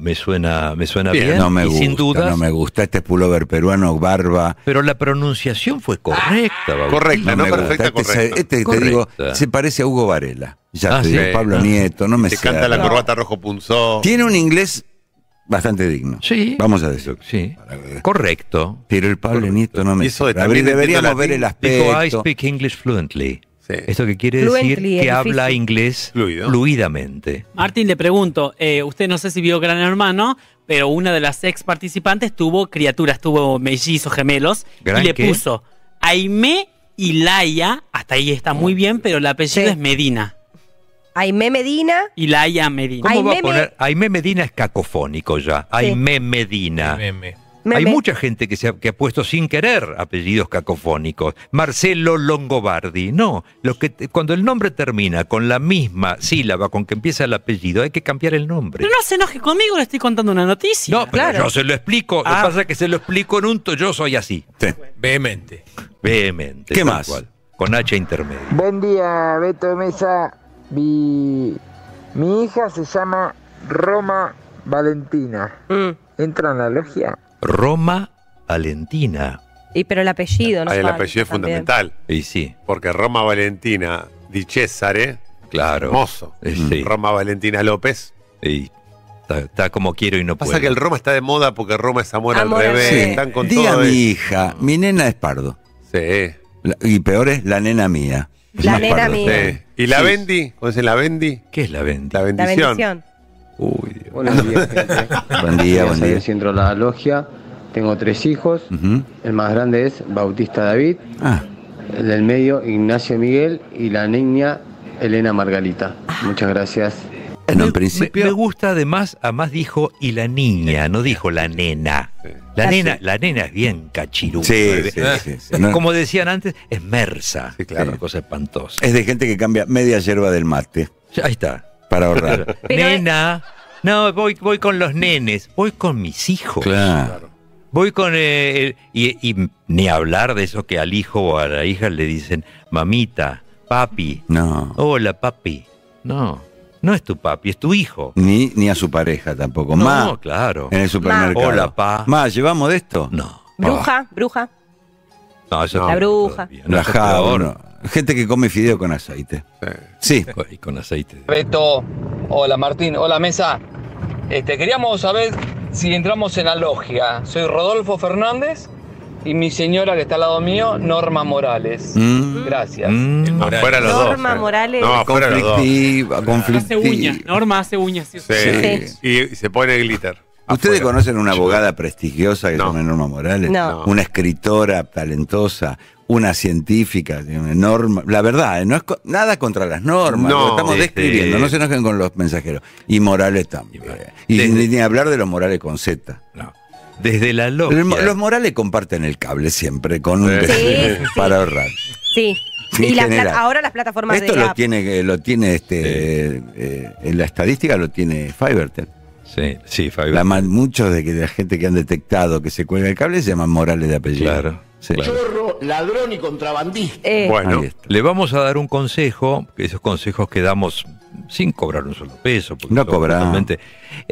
C: me suena, me suena bien,
B: no me
C: y
B: gusta,
C: sin dudas,
B: no me gusta. Este es pullover peruano, barba.
C: pero la pronunciación fue correcta. Bautista.
E: Uh. Correcta, no,
B: me gusta.
E: perfecta,
B: Este, se-
E: correcta.
B: este te
C: Correcta.
B: digo, se parece a Hugo Varela. Ya
C: Ah,
B: te
C: sí.
B: digo, Pablo
C: Ah.
B: Nieto, no me
E: Te
B: sea-
E: canta la corbata rojo punzó.
B: Tiene un inglés bastante digno.
C: Sí.
B: Vamos a decir.
C: Sí, correcto.
B: Pero el Pablo
C: Correcto.
B: Nieto no me
E: Y eso
B: cierra.
E: también entiendo
B: Deberíamos
E: latín.
B: ver el
C: Dijo, I
B: aspecto.
C: speak English fluently.
E: Sí.
C: Esto que quiere
D: Fluently,
C: decir que
D: es
C: habla
D: difícil.
C: inglés
E: Fluido.
C: fluidamente.
F: Martín, le pregunto, eh, usted no sé si vio Gran Hermano, pero una de las ex participantes tuvo criaturas, tuvo mellizos gemelos,
C: ¿Gran
F: y le
C: qué?
F: puso Aime y Laia, hasta ahí está
B: Oh,
F: muy bien, pero el apellido
D: Sí.
F: es Medina.
D: Aimé Medina.
F: Ilaya Medina.
C: ¿Cómo va
D: Aimé
C: a poner? Aimé Medina es cacofónico ya. Aimé Medina.
A: Meme.
D: Meme.
C: Hay mucha gente que, se ha, que ha puesto sin querer apellidos cacofónicos. Marcelo Longobardi. No, lo que te- cuando el nombre termina con la misma sílaba con que empieza el apellido, hay que cambiar el nombre.
F: Pero no se enoje conmigo, le estoy contando una noticia.
C: No, pero yo se lo explico. Lo
F: Ah.
C: que pasa es que se lo explico en un... to- Yo soy así,
B: Sí.
A: Vehemente.
C: vehemente.
B: ¿Qué
C: tal
B: más?
C: con H intermedio.
K: Buen día, Beto Mesa. Mi, mi hija se llama Roma Valentina.
D: Mm.
K: ¿Entra en la logia?
C: Roma Valentina.
D: Y pero el apellido, ¿no?
E: Ah, el
D: Vale,
E: apellido es
D: también.
E: fundamental.
C: Y sí,
E: Porque Roma Valentina Di Cesare,
C: claro.
E: hermoso. Mm.
C: Eh, Sí,
E: Roma Valentina López.
C: y está, está como quiero y no puedo.
E: Pasa que el Roma está de moda porque Roma es amor,
D: Amor
E: al
D: al
E: revés.
D: revés.
E: Están con
B: Diga
E: todo.
B: mi
E: eso.
B: hija, mi nena es pardo.
E: Sí.
B: La- y peor es la nena mía. Es
D: La
B: más
D: nena
B: pardo.
D: mía.
E: sí. ¿Y la Bendy? ¿Conocen la Bendy?
C: ¿Qué es la venta?
E: La
D: La
E: bendición.
D: bendición.
C: Uy, Dios.
K: Buenos días, gente.
B: Buen día, buen día.
K: Soy Centro de la Logia. Tengo tres hijos.
B: Ujú.
K: El más grande es Bautista David.
B: Ah,
K: El del medio, Ignacio Miguel. Y la niña, Elena Margarita. Muchas gracias.
B: bueno, en
C: Me, me
B: principio.
C: gusta además, además dijo y la niña, no dijo la nena. La
D: Ah,
C: nena, la nena es bien cachirú.
B: Sí, sí, sí, sí. No,
C: Como decían antes, es mersa.
E: Sí, claro.
C: Una cosa espantosa.
B: es de gente que cambia media yerba del mate
C: Ya, Ahí está.
B: para ahorrar.
D: Pero-
C: nena. No, voy, voy con los nenes, voy con mis hijos.
B: claro.
C: Voy con eh, el- y, y ni hablar de eso que al hijo o a la hija le dicen, mamita, papi,
B: No.
C: hola papi. No, no es tu papi, es tu hijo.
B: Ni, ni a su pareja tampoco.
C: No,
B: Ma,
C: claro.
B: en el supermercado.
C: Hola, pa.
B: Ma, ¿llevamos de esto?
C: No.
D: Bruja, bruja.
C: No, eso
E: La
C: no,
D: bruja.
C: todavía, no,
B: La
C: eso es
B: java,
C: peor.
B: no. Gente que come fideo con aceite. Sí.
C: Y con aceite.
K: Beto, hola Martín, hola Mesa. Este, queríamos saber si entramos en la logia. Soy Rodolfo Fernández y mi señora que está al lado mío, Norma Morales.
B: Mm.
K: Gracias.
C: Mm,
A: El Morales.
E: Afuera los dos.
D: Norma
E: eh.
D: Morales.
E: No, afuera los dos.
B: Conflictiva,
F: Hace uñas,
B: conflictiva.
F: Norma hace uñas. sí.
E: Sí.
D: Sí.
E: Y, y se pone glitter.
B: ¿Ustedes
E: Afuera.
B: conocen una abogada prestigiosa que se
E: No.
B: llama Norma Morales?
D: No.
B: Una escritora talentosa, una científica, de una norma, la verdad, eh, no es co- nada contra las normas,
E: No.
B: lo estamos
E: Sí,
B: describiendo,
E: sí.
B: no se enojen con los mensajeros. Y morales también. Y ni, ni hablar de los morales con Z.
C: Desde la
E: Oh,
C: logia.
B: El mo- Los morales comparten el cable siempre con un
D: Sí,
B: deseo
D: sí.
B: para ahorrar.
D: Sí.
B: Sí,
D: y las
B: general.
D: pla- ahora las plataformas
B: Esto
D: de
B: lo
D: app.
B: tiene, eh, lo tiene este, eh, eh, en la estadística lo tiene Fivertel.
C: Sí, sí, Fabio.
B: La man- muchos de, que, de la gente que han detectado que se cuelga el cable se llaman morales de apellido.
C: Claro,
B: Sí.
L: Chorro, ladrón y contrabandista.
D: Eh,
B: Ahí está.
C: le vamos a dar un consejo, que esos consejos que damos sin cobrar un solo peso. porque
B: No
C: son
B: cobramos.
C: totalmente-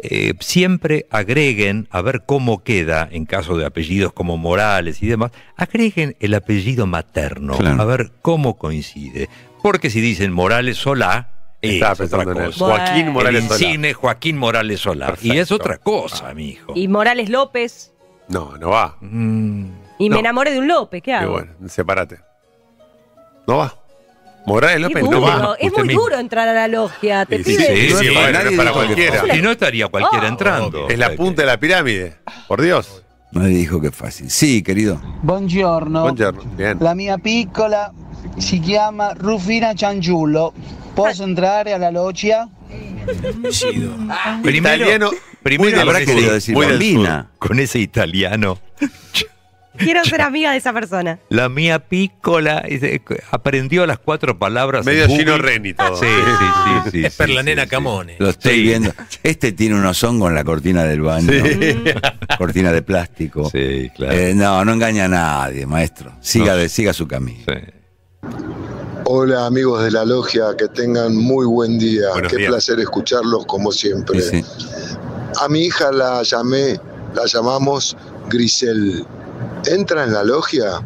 C: eh, siempre agreguen, a ver cómo queda, en caso de apellidos como Morales y demás, agreguen el apellido materno,
B: Claro.
C: a ver cómo coincide. Porque si dicen Morales Solá, es
E: Estaba
C: otra
E: pensando en eso.
C: cosa.
E: Joaquín
C: El
E: Morales Solá.
C: insigne Joaquín Morales Solá. Y es
E: Perfecto.
C: otra cosa, mi hijo.
D: Y Morales López.
E: No, no va.
D: Y
E: No.
D: me enamoré de un López, ¿qué
E: Y
D: hago?
E: bueno, sepárate. No va. Morales
D: Qué
E: López
D: duro.
E: no va.
D: es muy duro entrar a la logia. Te
E: Sí,
D: piden-
E: sí, sí,
C: sí,
E: bueno,
C: nadie
E: es para
C: dijo que
E: cualquiera.
C: fácil. Si no, estaría cualquiera entrando.
E: Es la punta de la pirámide. Por Dios.
B: Nadie dijo que fácil. Sí, querido.
M: Buongiorno.
E: Buongiorno. Bien.
M: La mia piccola si chiama Rufina Ciangiullo. Posso entrare alla loggia?
L: Ah.
C: Primero,
E: Italiano,
C: primero
E: muy del
C: habrá
E: sur,
C: querido decir
E: muy del
C: bambina. Con ese italiano.
D: Quiero ser amiga de esa persona.
C: La mía pícola dice, aprendió las cuatro palabras.
E: Medio
C: en Google.
E: Gino Reni todo.
C: Sí, sí, sí. sí,
A: Es
C: sí,
A: Perlanena
C: sí, sí.
A: Camone.
B: Lo estoy
C: Sí.
B: viendo. Este tiene unos hongos en la cortina del baño. Cortina de plástico.
C: Sí, claro.
B: Eh, no, no engaña a nadie, maestro. Siga,
C: No.
B: de, siga su camino.
N: Hola amigos de la logia, que tengan muy buen día. Qué placer escucharlos como siempre.
B: Sí, sí.
N: A mi hija la llamé, la llamamos Grisel. ¿Entra en la logia?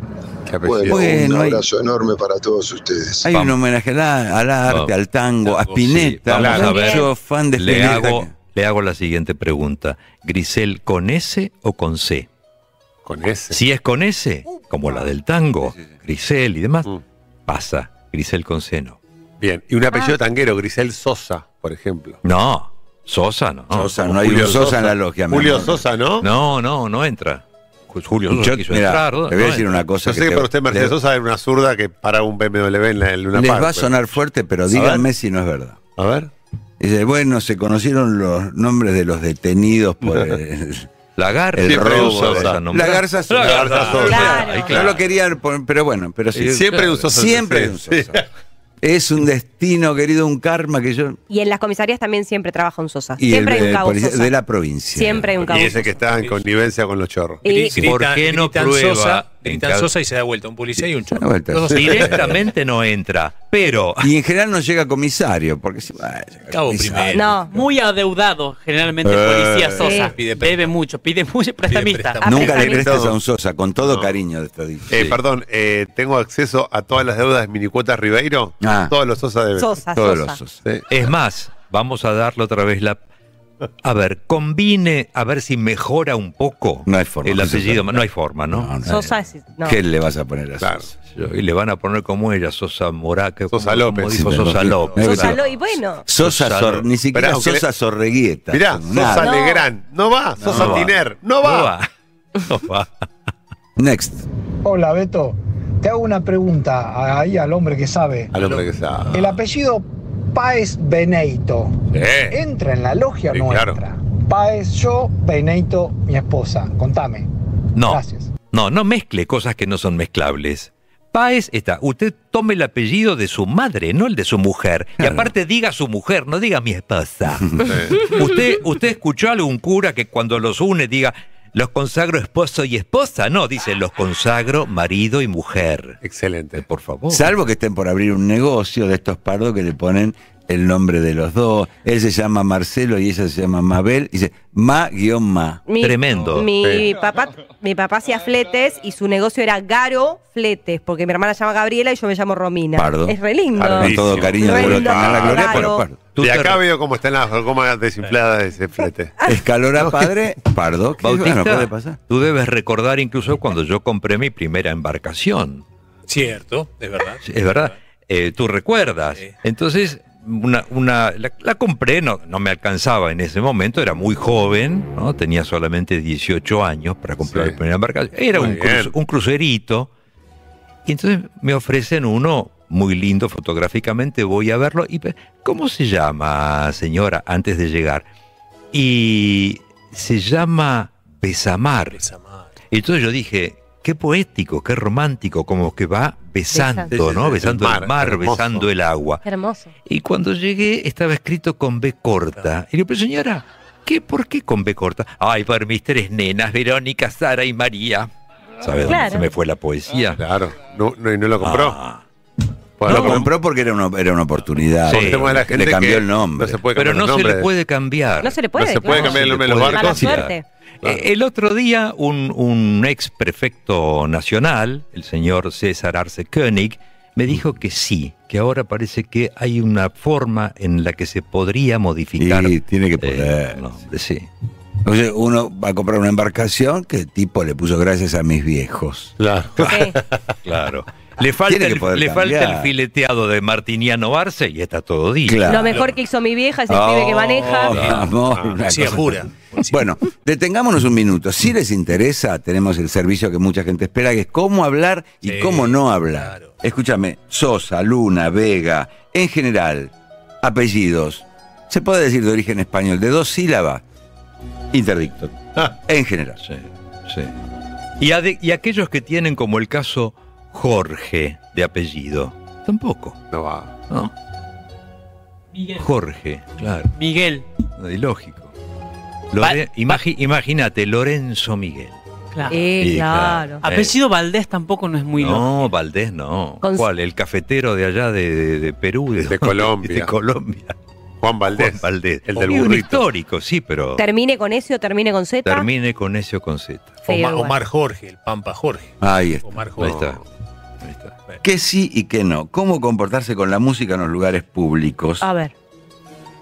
N: Bueno,
B: Bueno,
N: un
B: hay-
N: abrazo enorme para todos ustedes.
B: Hay un homenaje al, a- al arte,
C: Vamos.
B: al tango, a Spinetta.
C: Vamos a ver.
B: Yo fan de
C: le,
B: Spinetta.
C: hago, le hago la siguiente pregunta. Grisel, ¿con S o con C?
E: Con S.
C: Si es con S, como la del tango, Grisel y demás,
E: Mm.
C: pasa. Grisel con C no.
E: Bien. Y un
B: Ah.
E: apellido tanguero, Grisel Sosa, por ejemplo.
C: No, Sosa no.
B: Sosa, no hay un Sosa en la logia. mi
E: Julio
B: amor.
E: Sosa, ¿no?
C: No, no, no entra. Julio Sosa
B: Yo-
C: quiso
B: mirá,
C: entrar. ¿no?
B: te voy a
C: No
B: decir
C: entra.
B: una cosa.
E: Yo sé que
B: te-
E: para usted Mercedes
B: le-
E: Sosa era una zurda que para un BMW en, la, en Luna
B: Les
E: Park,
B: va a
E: pero-
B: sonar fuerte, pero
E: A
B: díganme
E: ver.
B: si no es verdad.
E: A ver.
B: Dice, bueno, se conocieron los nombres de los detenidos por el,
C: La garza.
B: el
E: Siempre
B: robo.
E: usa esa
B: de-
E: nombrada.
B: la garza Sosa.
E: La Garza Sosa. Claro.
B: Ahí, claro. No lo querían, poner, pero bueno. Pero sí,
E: Y siempre
B: claro.
E: un Sosa.
B: Siempre
E: Sí,
B: un Sosa. Es un destino, querido, un karma que yo...
D: Y en las comisarías también siempre trabaja un Sosa.
B: Y
D: siempre
B: el,
D: hay un
B: el
D: cabo
B: policía
D: Sosa.
B: de la provincia.
D: Siempre hay un cabo
E: Y ese
D: Sosa.
E: que está en connivencia con los chorros.
D: Y-
A: Grita-
C: ¿Por qué no
A: gritan
C: prueba
A: Sosa,
C: en
A: gritan
C: cada-
A: Sosa y se da vuelta un policía y un
B: Da
A: chorro.
B: vuelta.
A: Todos-
C: Directamente no entra, pero
B: Y en general no llega comisario, porque si... ah, llega
A: Cabo
B: comisario.
A: primero.
D: No.
F: Muy adeudado, generalmente, el policía Sosa.
D: Sí.
A: Pide préstamo.
F: Debe mucho, pide mucho, prestamista.
A: préstamo.
B: Nunca le
D: Apresamiento.
B: prestes a un Sosa, con todo cariño te digo.
E: Eh, Perdón, eh, tengo acceso a todas las deudas de Minicuotas Ribeiro.
B: Ah.
E: Todos los Sosa deben.
D: Sosa,
B: Todos
D: Sosa.
B: los Sosa.
E: Sí.
C: es más, vamos a darle otra vez la... A ver, combine, a ver si mejora un poco
B: No hay forma,
C: el
B: no se
C: apellido.
B: puede.
C: No hay forma, ¿no?
B: No, no.
D: Sosa es. No.
B: ¿Qué le vas a poner a
E: Claro.
B: Sosa?
C: Y le van a poner como ella, Sosa Morá, que
E: Sosa
C: como-
E: López.
C: como dijo
B: Sí,
C: Sosa
B: pero-
C: López.
B: Sosa
D: Sosa
C: Claro.
D: lo- y bueno.
B: Sosa,
C: Sosa
B: Sor-
C: no.
B: ni siquiera
E: Esperá, aunque le-
B: Sosa Sorreguieta.
E: Mirá,
B: como
E: Sosa
B: nada.
E: Legrand. No va. Sosa
B: No va.
E: Tiner. No va.
C: No va. No va.
B: Next.
M: Hola Beto, te hago una pregunta ahí al hombre que sabe.
E: Al hombre que sabe.
M: El apellido Paez Beneito.
E: Eh,
M: ¿Entra en la logia
E: Sí,
M: o no
E: claro.
M: entra? Paez yo, Beneito mi esposa. Contame.
C: No.
M: Gracias.
C: No, no mezcle cosas que no son mezclables. Páez está, usted tome el apellido de su madre, no el de su mujer. Y aparte diga su mujer, no diga mi esposa. usted, usted escuchó a algún cura que cuando los une diga, los consagro esposo y esposa. No, dice, los consagro marido y mujer. Eh,
E: Excelente.
C: Por favor.
B: Salvo que estén por abrir un negocio de estos pardos que le ponen el nombre de los dos. Él se llama Marcelo y ella se llama Mabel. Dice Ma guión Ma.
D: Mi-
C: Tremendo.
D: Mi papá, mi papá hacía fletes y su negocio era Garo Fletes, porque mi hermana se llama Gabriela y yo me llamo Romina.
B: Pardo.
D: Es re lindo.
B: Con todo cariño
D: Re
B: de
D: lindo,
B: la gloria,
D: claro.
B: pero pardo.
C: Tú
E: De
C: te
E: acá
C: re-
E: veo cómo están las gomas desinfladas de ese flete.
B: Escalora padre, pardo. ¿Qué
C: Bautista,
B: bueno, puede pasar.
C: tú debes recordar incluso cuando yo compré mi primera embarcación.
A: Cierto, es verdad.
C: Sí, Es verdad. Eh, tú recuerdas.
A: Sí.
C: Entonces, una, una, la, la compré, no, no me alcanzaba en ese momento, era muy joven, ¿no? tenía solamente 18 años para comprar
E: Sí.
C: el primer embarcación. Era
E: Muy
C: un,
E: bien.
C: cruce- un crucerito Y entonces me ofrecen uno muy lindo fotográficamente, voy a verlo y pe- ¿cómo se llama, señora, antes de llegar? Y se llama Besamar. Y entonces yo dije, qué poético, qué romántico, como que va
D: Besando.
C: besando,
D: Sí, sí,
C: ¿no?
D: sí,
C: Besando
D: el
C: el
D: mar,
C: mar,
D: hermoso.
C: besando el agua.
D: Hermoso.
C: Y cuando llegué estaba escrito con B corta. Y le digo, pero señora, ¿qué, ¿por qué con B corta? Ay, por mis tres nenas, Verónica, Sara y María. ¿Sabes
D: Claro.
C: dónde se me fue la poesía?
E: Claro, no, no, y no lo compró.
C: Ah.
E: Pues
B: lo compró porque era una, era una oportunidad.
E: Sí. El tema de la gente
B: le cambió
E: que
B: el nombre.
E: no se puede
C: Pero
E: cambiar
C: no
E: el
C: se le
E: nombre.
C: puede cambiar.
D: No se le puede, No se puede claro. cambiar el nombre de los
C: Mala
D: barcos. suerte.
C: Eh, El otro día, un, un ex prefecto nacional, el señor César Arce König, me dijo que sí, que ahora parece que hay una forma en la que se podría modificar.
B: Y tiene que poder.
C: el nombre, sí.
B: O sea, uno va a comprar una embarcación que el tipo le puso gracias a mis viejos.
E: Claro.
C: Claro. Le falta,
B: Tiene que
C: el,
B: poder
C: le falta
B: cambiar.
C: el fileteado de Martiniano Arce y está todo dicho.
B: Claro.
D: Lo mejor que hizo mi vieja es el pibe que
B: Oh,
D: maneja.
B: amor, una
A: Sí, Ah,
B: cosa
A: jura.
B: así. Bueno, detengámonos un minuto. Si les interesa, tenemos el servicio que mucha gente espera, que es cómo hablar y cómo no hablar. Escúchame, Sosa, Luna, Vega, en general, apellidos, se puede decir de origen español, de dos sílabas, interdicto.
A: Ah.
B: En general.
C: Sí. Y, a de- y aquellos que tienen como el caso Jorge de apellido, tampoco.
E: No va.
C: ¿no?
F: Miguel.
C: Jorge, claro.
F: Miguel.
C: Y lógico. Lore- imagi- Imagínate, Lorenzo Miguel.
F: Claro.
D: Eh,
C: Sí,
D: claro.
C: claro.
F: Apellido Valdés tampoco no es muy loco.
C: No, Valdés no.
F: Con-
C: ¿Cuál? El cafetero de allá de, de- de Perú. De, dónde?
E: Colombia.
C: De Colombia.
E: Juan Valdés.
C: Juan Valdés.
E: El del
C: Y un
E: burrito.
C: histórico, sí, pero
D: Termine con S o termine con Z.
C: termine con ese o con Z.
D: Feo,
A: Omar,
D: igual.
A: Omar Jorge, el Pampa Jorge.
B: Ahí está.
A: Omar
C: Ahí
A: Jorge.
C: está.
B: ¿Qué sí y qué no? ¿Cómo comportarse con la música en los lugares públicos?
D: A ver.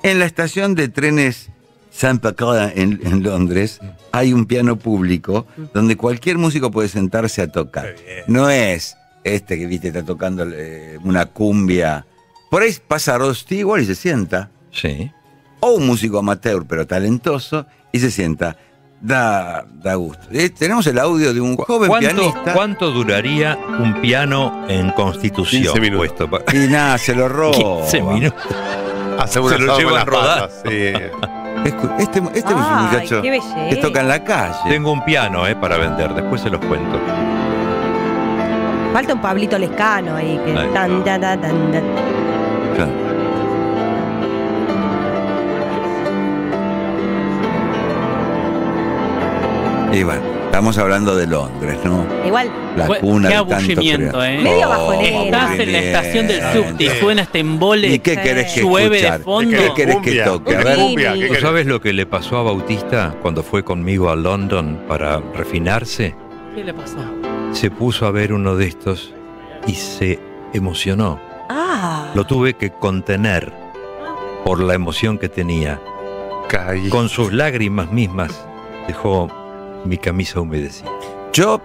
B: En la estación de trenes St. Pancras en, en Londres hay un piano público donde cualquier músico puede sentarse a tocar. No es este que viste está tocando eh, una cumbia. Por ahí pasa Rosti igual y se sienta.
C: Sí.
B: O un músico amateur pero talentoso y se sienta. Da, da gusto. Eh, tenemos el audio de un joven
C: ¿Cuánto,
B: pianista.
C: cuánto duraría un piano en Constitución?
B: 15 minutos.
C: puesto pa-
B: Y nada, se lo
E: Oh.
B: robo.
C: 15 minutos.
E: Hace un
C: Se lo
E: asado con
C: llevan
E: las
C: rodando.
E: patas, sí.
B: Escu- Este, este es un
D: Ay,
B: muchacho
D: qué belleza.
B: que toca en la calle.
C: Tengo un piano eh, para vender, después se los cuento.
D: Falta un Pablito Lescano ahí. Que
C: Ahí.
D: tan, tan, tan, tan, tan.
B: Y bueno, estamos hablando de Londres, ¿no?
D: Igual.
B: La
F: Fue-
B: cuna
F: Qué
B: de tanto
F: aburrimiento,
B: crear.
F: ¿eh?
D: Medio bajonera.
F: Estás en la estación del subte y suena este embole.
B: ¿Y qué querés que
F: Llueve
B: escuchar?
F: de fondo.
B: ¿Qué querés que
E: Cumbia,
B: toque? A
E: una
B: ver.
E: cumbia, ¿qué
C: ¿Tú
E: querés?
C: sabes lo que le pasó a Bautista cuando fue conmigo a London para refinarse?
F: ¿Qué le pasó?
C: Se puso a ver uno de estos y se emocionó.
D: Ah.
C: Lo tuve que contener por la emoción que tenía. Con sus lágrimas mismas dejó mi camisa humedecida.
B: Yo,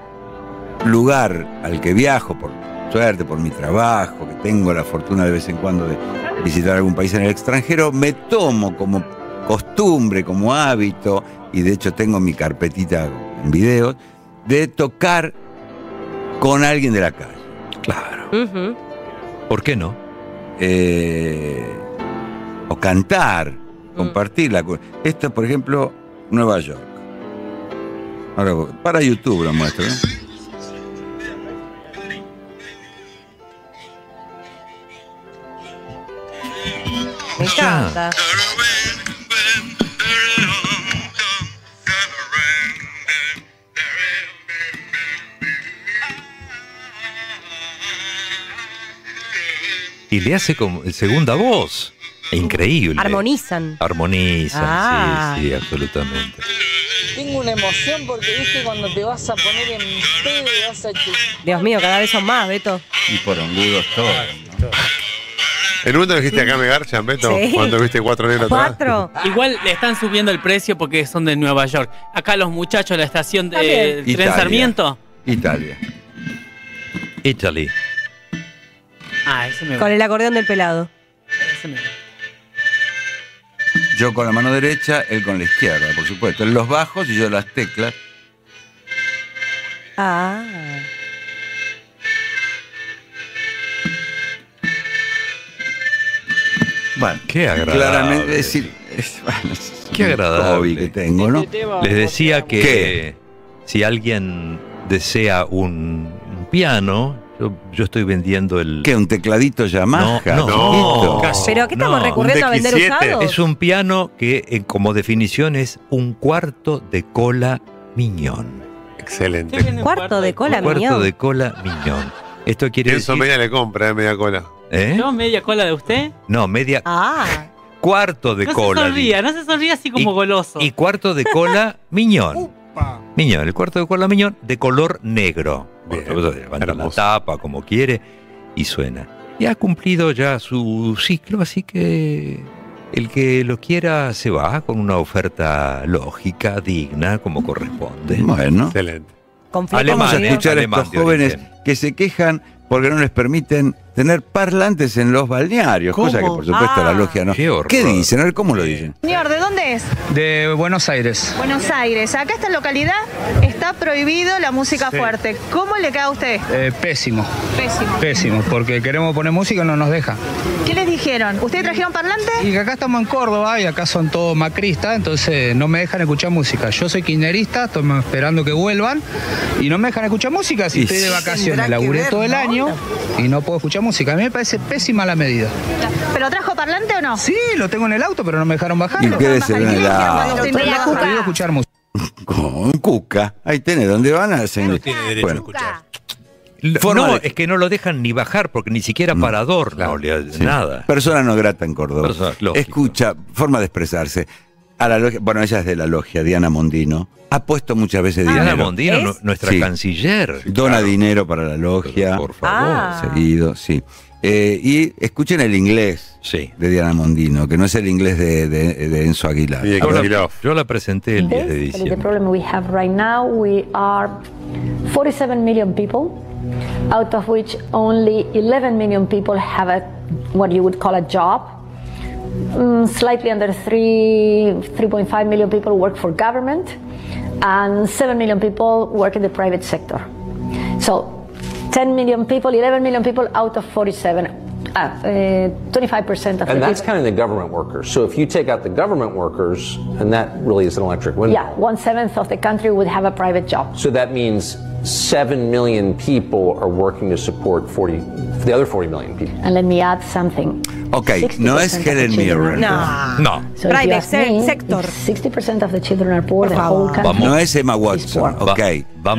B: lugar al que viajo, por suerte, por mi trabajo, que tengo la fortuna de vez en cuando de visitar algún país en el extranjero, me tomo como costumbre, como hábito, y de hecho tengo mi carpetita en videos, de tocar con alguien de la calle.
C: Claro.
D: Ujú.
C: ¿Por qué no?
B: eh, o cantar, compartir la cu- Esto, por ejemplo, Nueva York. Ahora, para YouTube lo muestro. ¿eh?
D: Me encanta.
C: Y le hace como segunda voz. Increíble.
D: Armonizan.
C: Armonizan,
D: Ah.
C: sí, sí, absolutamente.
O: Tengo una emoción porque viste cuando te vas a poner en pedo y vas a chupar.
D: Dios mío, cada vez son más, Beto.
B: Y por hongudos todos.
E: ¿En un momento dijiste acá me garchan, Beto?
D: Sí.
E: Cuando viste cuatro negros atrás.
D: Cuatro.
F: Igual le están subiendo el precio porque son de Nueva York. Acá los muchachos de la estación
D: También.
F: de Tren
B: Italia.
F: Sarmiento.
B: Italia.
C: Italy.
F: Ah, ese me
D: Con
F: gusta.
D: el acordeón del pelado.
F: ese me gusta.
B: Yo con la mano derecha, él con la izquierda, por supuesto. Él los bajos y yo las teclas.
D: Ah.
B: Bueno,
C: Qué agradable.
B: Claramente, es decir, es- bueno, es
C: Qué
B: un
C: agradable.
B: hobby que tengo, ¿no?
C: Les decía
D: Oh,
C: que si alguien desea un un piano, yo, yo estoy vendiendo el.
B: ¿Qué? ¿Un tecladito Yamaha?
C: No,
B: No,
C: Oh, no,
B: casi.
D: ¿Pero a qué estamos recurriendo a vender usados?
C: Es un piano que, eh, como definición, es un cuarto de cola miñón.
E: Excelente.
D: Un cuarto de cola,
C: un cuarto
D: miñón.
C: de cola miñón. Esto quiere
E: Eso
C: decir.
E: media le compra, eh, media cola.
C: ¿Eh?
F: ¿No? ¿Media cola de usted?
C: No, media.
D: Ah,
C: Cuarto de
F: no
C: cola.
F: se sonría, no se sonría así como goloso.
C: Y cuarto de cola miñón. Miñón, el cuarto de cola miñón de color negro. Por supuesto, levanta la tapa como quiere y suena. Y ha cumplido ya su ciclo, así que el que lo quiera se va con una oferta lógica, digna, como corresponde.
B: Bueno.
E: Excelente.
D: confío
B: Vamos a
D: con
B: escuchar a estos jóvenes que se quejan porque no les permiten tener parlantes en los balnearios,
P: ¿Cómo?
B: cosa que por supuesto la
P: Ah.
B: logia no.
C: Qué,
B: dicen? A ver cómo lo dicen.
P: Señor, ¿de dónde es?
Q: De Buenos Aires.
P: Buenos Aires. Acá esta localidad está prohibido la música
Q: Sí.
P: fuerte. ¿Cómo le queda a usted?
Q: Eh, pésimo.
P: Pésimo.
Q: Pésimo, porque queremos poner música y no nos deja.
P: ¿Qué les dijeron? ¿Ustedes trajeron parlante?
Q: Y acá estamos en Córdoba y acá son todos macristas, entonces no me dejan escuchar música. Yo soy kirchnerista, estamos esperando que vuelvan y no me dejan escuchar música. Si
P: Y
Q: estoy de
P: sí. Tendrá
Q: vacaciones,
P: que
Q: laburé
P: ver,
Q: todo el
P: ¿no?
Q: año y no puedo escuchar música. A mí me parece pésima la medida.
P: ¿Pero trajo parlante o no?
Q: Sí, lo tengo en el auto, pero no me dejaron bajar.
B: ¿Y qué es el helado?
P: Pero
Q: Prohibido
P: Cuca.
Q: escuchar música.
B: Con cuca. Ahí tenés, ¿dónde van? Hacen- bueno,
C: Lo-
B: Forma
C: no,
B: de-
C: es que no lo dejan ni bajar porque ni siquiera para adorno le-
B: sí.
C: nada.
B: Persona no grata en Córdoba.
C: Persona- lógico.
B: Escucha, forma de expresarse. A la logia- bueno, ella es de la logia, Diana Mondino. Ha puesto muchas veces
C: Diana
B: dinero.
C: Mondino, ¿Es? nu- nuestra canciller.
B: Dona dinero para la logia. Por
C: favor.
D: Ah.
B: Seguido, sí. Eh, y escuchen el inglés de Diana Mondino, que no es el inglés de, de- de Enzo Aguilar.
C: Yo
B: A ver.
C: la, yo la presenté el 10 de
R: Basically, the
C: diciembre.
R: problem we have right now, we are 47 million people, out of which only 11 million people have a what you would call a job. Mm, slightly under 3 3.5 million people work for government, and 7 million people work in the private sector. So. 10 million people, 11 million people out of 47, uh, uh, 25% of the
S: And that's
R: people.
S: counting the government workers. So if you take out the government workers, and that really is an electric window.
R: Yeah, one seventh of the country would have a private job.
S: So that means 7 million people are working to support 40, the other 40 million people.
R: And let me add something.
B: Ok,
R: 60%
B: no es
R: of
B: Helen
R: children are
B: Mirren.
R: poor.
C: No.
R: So if you
D: Private
R: ask me,
D: se- sector.
R: if 60% of the children are poor, the whole country.
B: No es Emma Watson, ok.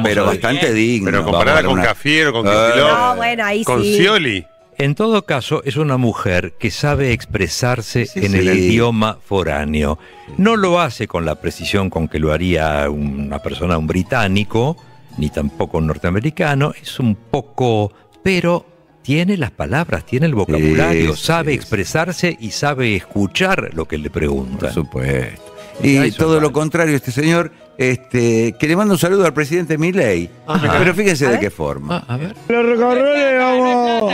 B: pero bastante digno.
E: Pero comparada
B: Vamos a
E: con
B: dar
E: Cafiero, con
B: Eh.
E: Kicillof,
D: No, Ah, bueno, ahí
E: con
D: sí.
E: Scioli.
C: En todo caso, es una mujer que sabe expresarse en el
B: sí.
C: idioma foráneo. No lo hace con la precisión con que lo haría una persona, un británico, ni tampoco un norteamericano. Es un poco, pero tiene las palabras, tiene el vocabulario,
B: Sí,
C: sabe expresarse y sabe escuchar lo que le preguntan.
B: Por supuesto. Y todo lo contrario, este señor, este, que le manda un saludo al presidente Milley.
T: Ajá.
B: Pero fíjense de qué forma.
T: Los recorroles, vamos.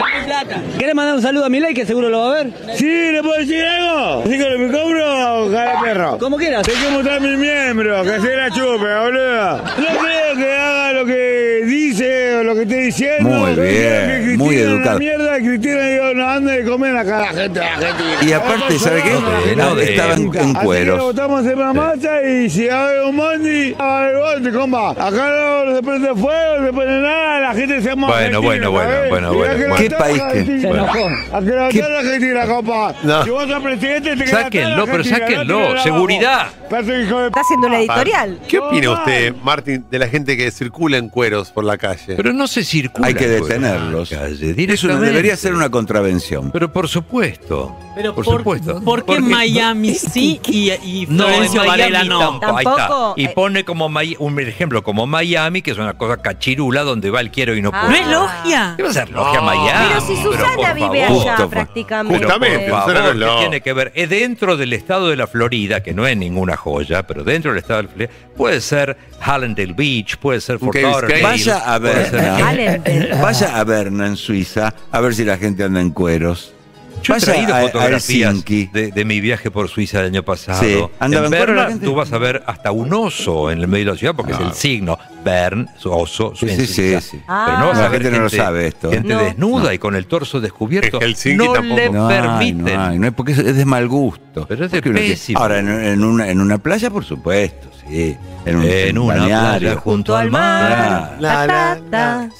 T: ¿Querés mandar un saludo a Milay que seguro lo va a ver? Sí, ¿le puedo decir algo? ¿Sí que me compro cara perro? Como quieras. Te quiero mostrar mi miembro, que se la chupe, boludo. No creo que haga lo que dice o lo que esté diciendo.
B: Muy
T: Yo
B: bien,
T: quiero que Cristina
B: muy
T: una
B: educado.
T: mierda, Cristina digo, no anda de comer acá la gente, la gente.
B: Y aparte, ¿sabe qué?
C: no de-
B: Estaba en, en
T: Así que lo
B: cueros.
T: votamos en la masa y si va a haber un bondi, va a haber bondi, compa. Acá no se prende fuego, no se prende nada, la gente se llama
C: Bueno, bueno, bueno, bueno, bueno, bueno. ¿Qué país que- Se enojó.
T: A que la la Argentina, compa.
C: No.
T: Si vos sos presidente, te quedás
C: Sáquenlo,
T: toda la
C: pero
T: Argentina, no
C: sáquenlo,
T: te quedás
C: seguridad.
T: abajo. Pedazo de hijo de
D: Está haciendo una
T: puta.
D: editorial.
E: ¿Qué opina usted, Martín, de la gente que circula en cueros por la calle?
C: Pero no se circula.
B: Hay que
C: por la
B: detenerlos.
C: calle,
B: Eso no
C: directamente.
B: debería ser una contravención.
C: Pero por supuesto.
F: Pero
C: por, supuesto.
F: ¿Por qué
C: Porque-
F: Miami sí y, y
C: No, en
F: Florencio Varela
C: Miami
F: no?
C: tampoco, ahí está.
D: eh.
C: Y pone como Mai- un ejemplo como Miami, que es una cosa cachirula donde va el quiero y no
D: Ah.
C: puede.
F: ¿No es logia?
C: ¿Qué va a ser logia Miami?
D: Pero si Susana
C: Ah, por
D: vive
C: favor.
D: allá
C: Justo,
D: prácticamente.
C: Pero por
E: Justamente,
C: favor,
E: Susana no es
C: ¿qué
E: logia.
C: tiene que ver? Es dentro del estado de la Florida, que no es ninguna joya, pero dentro del estado de la Florida, puede ser Hallandale Beach, puede ser Fort Lauderdale.
B: Vaya a eh,
C: puede ser-
B: Berna. Vaya a Berna en Suiza a ver si la gente anda en cueros.
C: Yo he
B: Vaya
C: traído
B: a- a
C: fotografías
B: Helsinki.
C: de, de mi viaje por Suiza el año pasado.
B: Sí. Anda,
C: en
B: Vancouver, la
C: Berna
B: gente- Ah.
C: tú vas a ver hasta un oso en el medio de la ciudad porque es el signo. Bern, su oso, su
B: Sí,
C: en
B: sí,
C: Suiza.
B: sí, sí.
C: Pero no vas
B: La
C: a ver
B: gente no lo sabe esto.
C: Gente
B: No.
C: desnuda y con el torso descubierto.
B: Helsinki
C: no
B: tampoco.
C: le
B: No hay,
C: permiten.
B: no hay, no hay, porque es es de mal gusto.
C: Pero es de
B: Porque uno quiere-
C: pésimo.
B: Ahora, en, en una, en una playa, por supuesto, sí. En, un,
C: En una
B: balneario.
C: playa junto al mar.
B: Claro.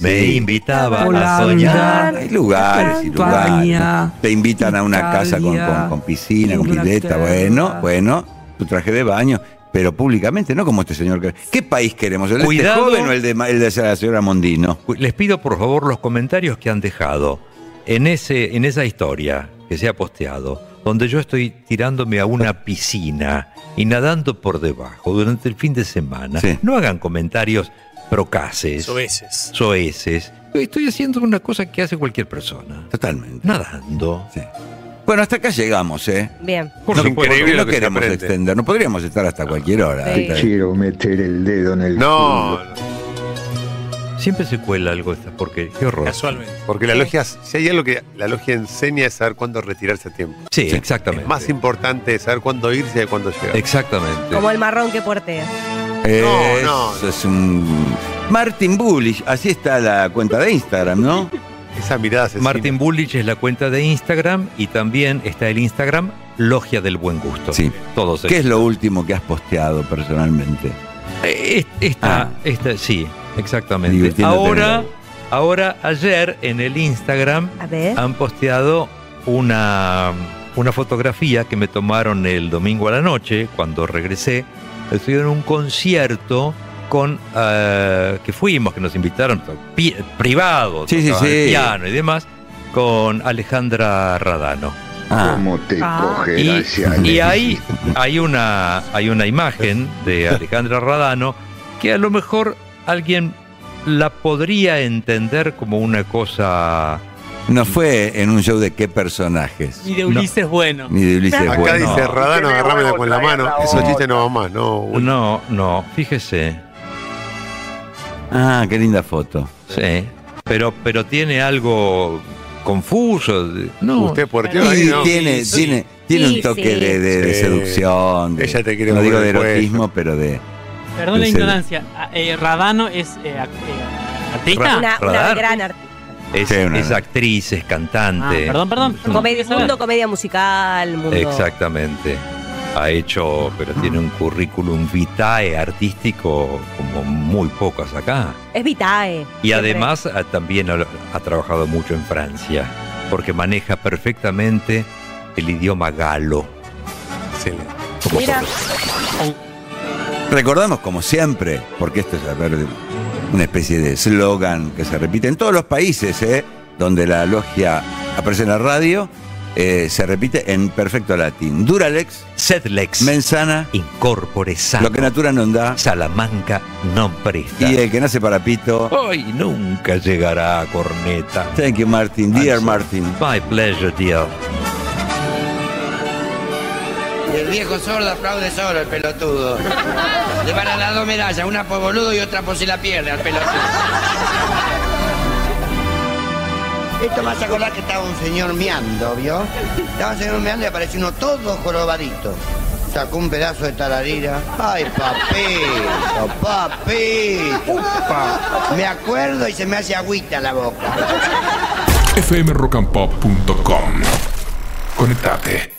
C: Me invitaba a
B: Hola,
C: soñar.
B: Hay lugares y lugares.
C: España,
B: Te invitan a una casa con, con- con piscina, con pileta. Bueno, bueno, tu traje de baño. Pero públicamente, no como este señor. que- ¿Qué país queremos? ¿El de este
C: Cuidado.
B: joven o el de, ma- el de la señora Mondino?
C: Cu- Les pido por favor los comentarios que han dejado en, ese, en esa historia que se ha posteado, donde yo estoy tirándome a una piscina y nadando por debajo durante el fin de semana. No hagan comentarios procaces.
A: Soeces.
C: Soeces. Estoy haciendo una cosa que hace cualquier persona.
B: Totalmente.
C: Nadando.
B: Bueno, hasta acá llegamos, ¿eh?
D: Bien.
B: No, no queremos extender, no podríamos estar hasta cualquier hora.
D: Sí.
B: Hasta-
U: Quiero meter el dedo en el
E: No.
C: Siempre se cuela algo esta, porque qué horror.
A: Casualmente.
E: Porque la logia, si hay algo que la logia enseña es saber cuándo retirarse a tiempo.
C: Sí, exactamente.
E: Es más importante es saber cuándo irse y cuándo llegar.
C: Exactamente.
D: Como el marrón que portea.
B: Eh,
E: No,
B: eso es un. Martin Bullish, así está la cuenta de Instagram, ¿no?
E: Esa mirada
C: Martin Bullich es la cuenta de Instagram y también está el Instagram Logia del Buen Gusto.
B: Sí.
C: Todos
B: ¿Qué es lo último que has posteado personalmente?
C: Eh, es- Esta,
B: Ah.
C: esta, sí, exactamente.
B: Divirtiéndote.
C: Ahora, ahora, ayer en el Instagram
D: A ver.
C: han posteado una, una fotografía que me tomaron el domingo a la noche, cuando regresé. Estoy en un concierto con eh, que fuimos, que nos invitaron, pi- privado,
B: Sí, sí,
C: tocaban el
B: sí.
C: piano y demás, con Alejandra Radano.
U: ¿Cómo te
D: Ah.
U: coge
C: Y,
U: la Ciales?
C: y ahí hay una, hay una imagen de Alejandra Radano que a lo mejor alguien la podría entender como una cosa...
B: No fue en un show de qué personajes.
F: Y de Ulises Bueno.
B: Ni de Ulises
E: Acá
B: Bueno.
E: dice Radano, agarrámela con la mano. Eso chiste no va más, no. uy.
C: No, no, fíjese.
B: Ah, qué linda foto.
C: Sí. Pero, pero tiene algo confuso. de- No.
E: Usted por
B: Y tiene, tiene, tiene un toque de, de- de
E: Sí.
B: seducción. de-
E: Ella te quiere
B: no digo de
E: poner el cuello.
B: erotismo, pero de.
F: Perdón la
B: de sed-
F: ignorancia. ah, eh, Radano es eh, ac- eh, artista.
D: Una, una
C: Ah, radar.
D: gran artista.
C: Es,
B: Sí, una-
C: es actriz, es
F: Ah,
C: cantante.
F: perdón, perdón.
C: Mm.
F: perdón.
D: Comedia, mundo comedia musical, mundo.
C: Exactamente. Ha hecho, pero tiene un currículum vitae artístico como muy pocas acá.
D: Es Vitae.
C: Y
D: siempre.
C: además ah, también ha, ha trabajado mucho en Francia, porque maneja perfectamente el idioma galo.
E: Excelente.
D: Mira.
B: Recordamos, como siempre, porque esto es a ver, una especie de eslogan que se repite en todos los países ¿eh? donde la logia aparece en la radio, eh, se repite en perfecto latín. Duralex,
C: Sedlex,
B: mensana,
C: incorpore sano,
B: lo que natura non da,
C: Salamanca non presta.
B: y el que nace para pito.
C: Hoy nunca llegará a corneta.
B: Thank you, Martin. Dear Martin.
C: My pleasure, dear.
V: El viejo sordo aplaude solo el pelotudo. Le van a dar dos medallas, una por pues, boludo y otra por si la pierde al pelotudo. Esto me hace acordar que estaba un señor meando, ¿vio? Estaba un señor meando y apareció uno todo jorobadito. Sacó un pedazo de tararira. ¡Ay, papito, papito! pa- Me acuerdo y se me hace agüita la boca.
W: fmrockandpop.com. Conectate.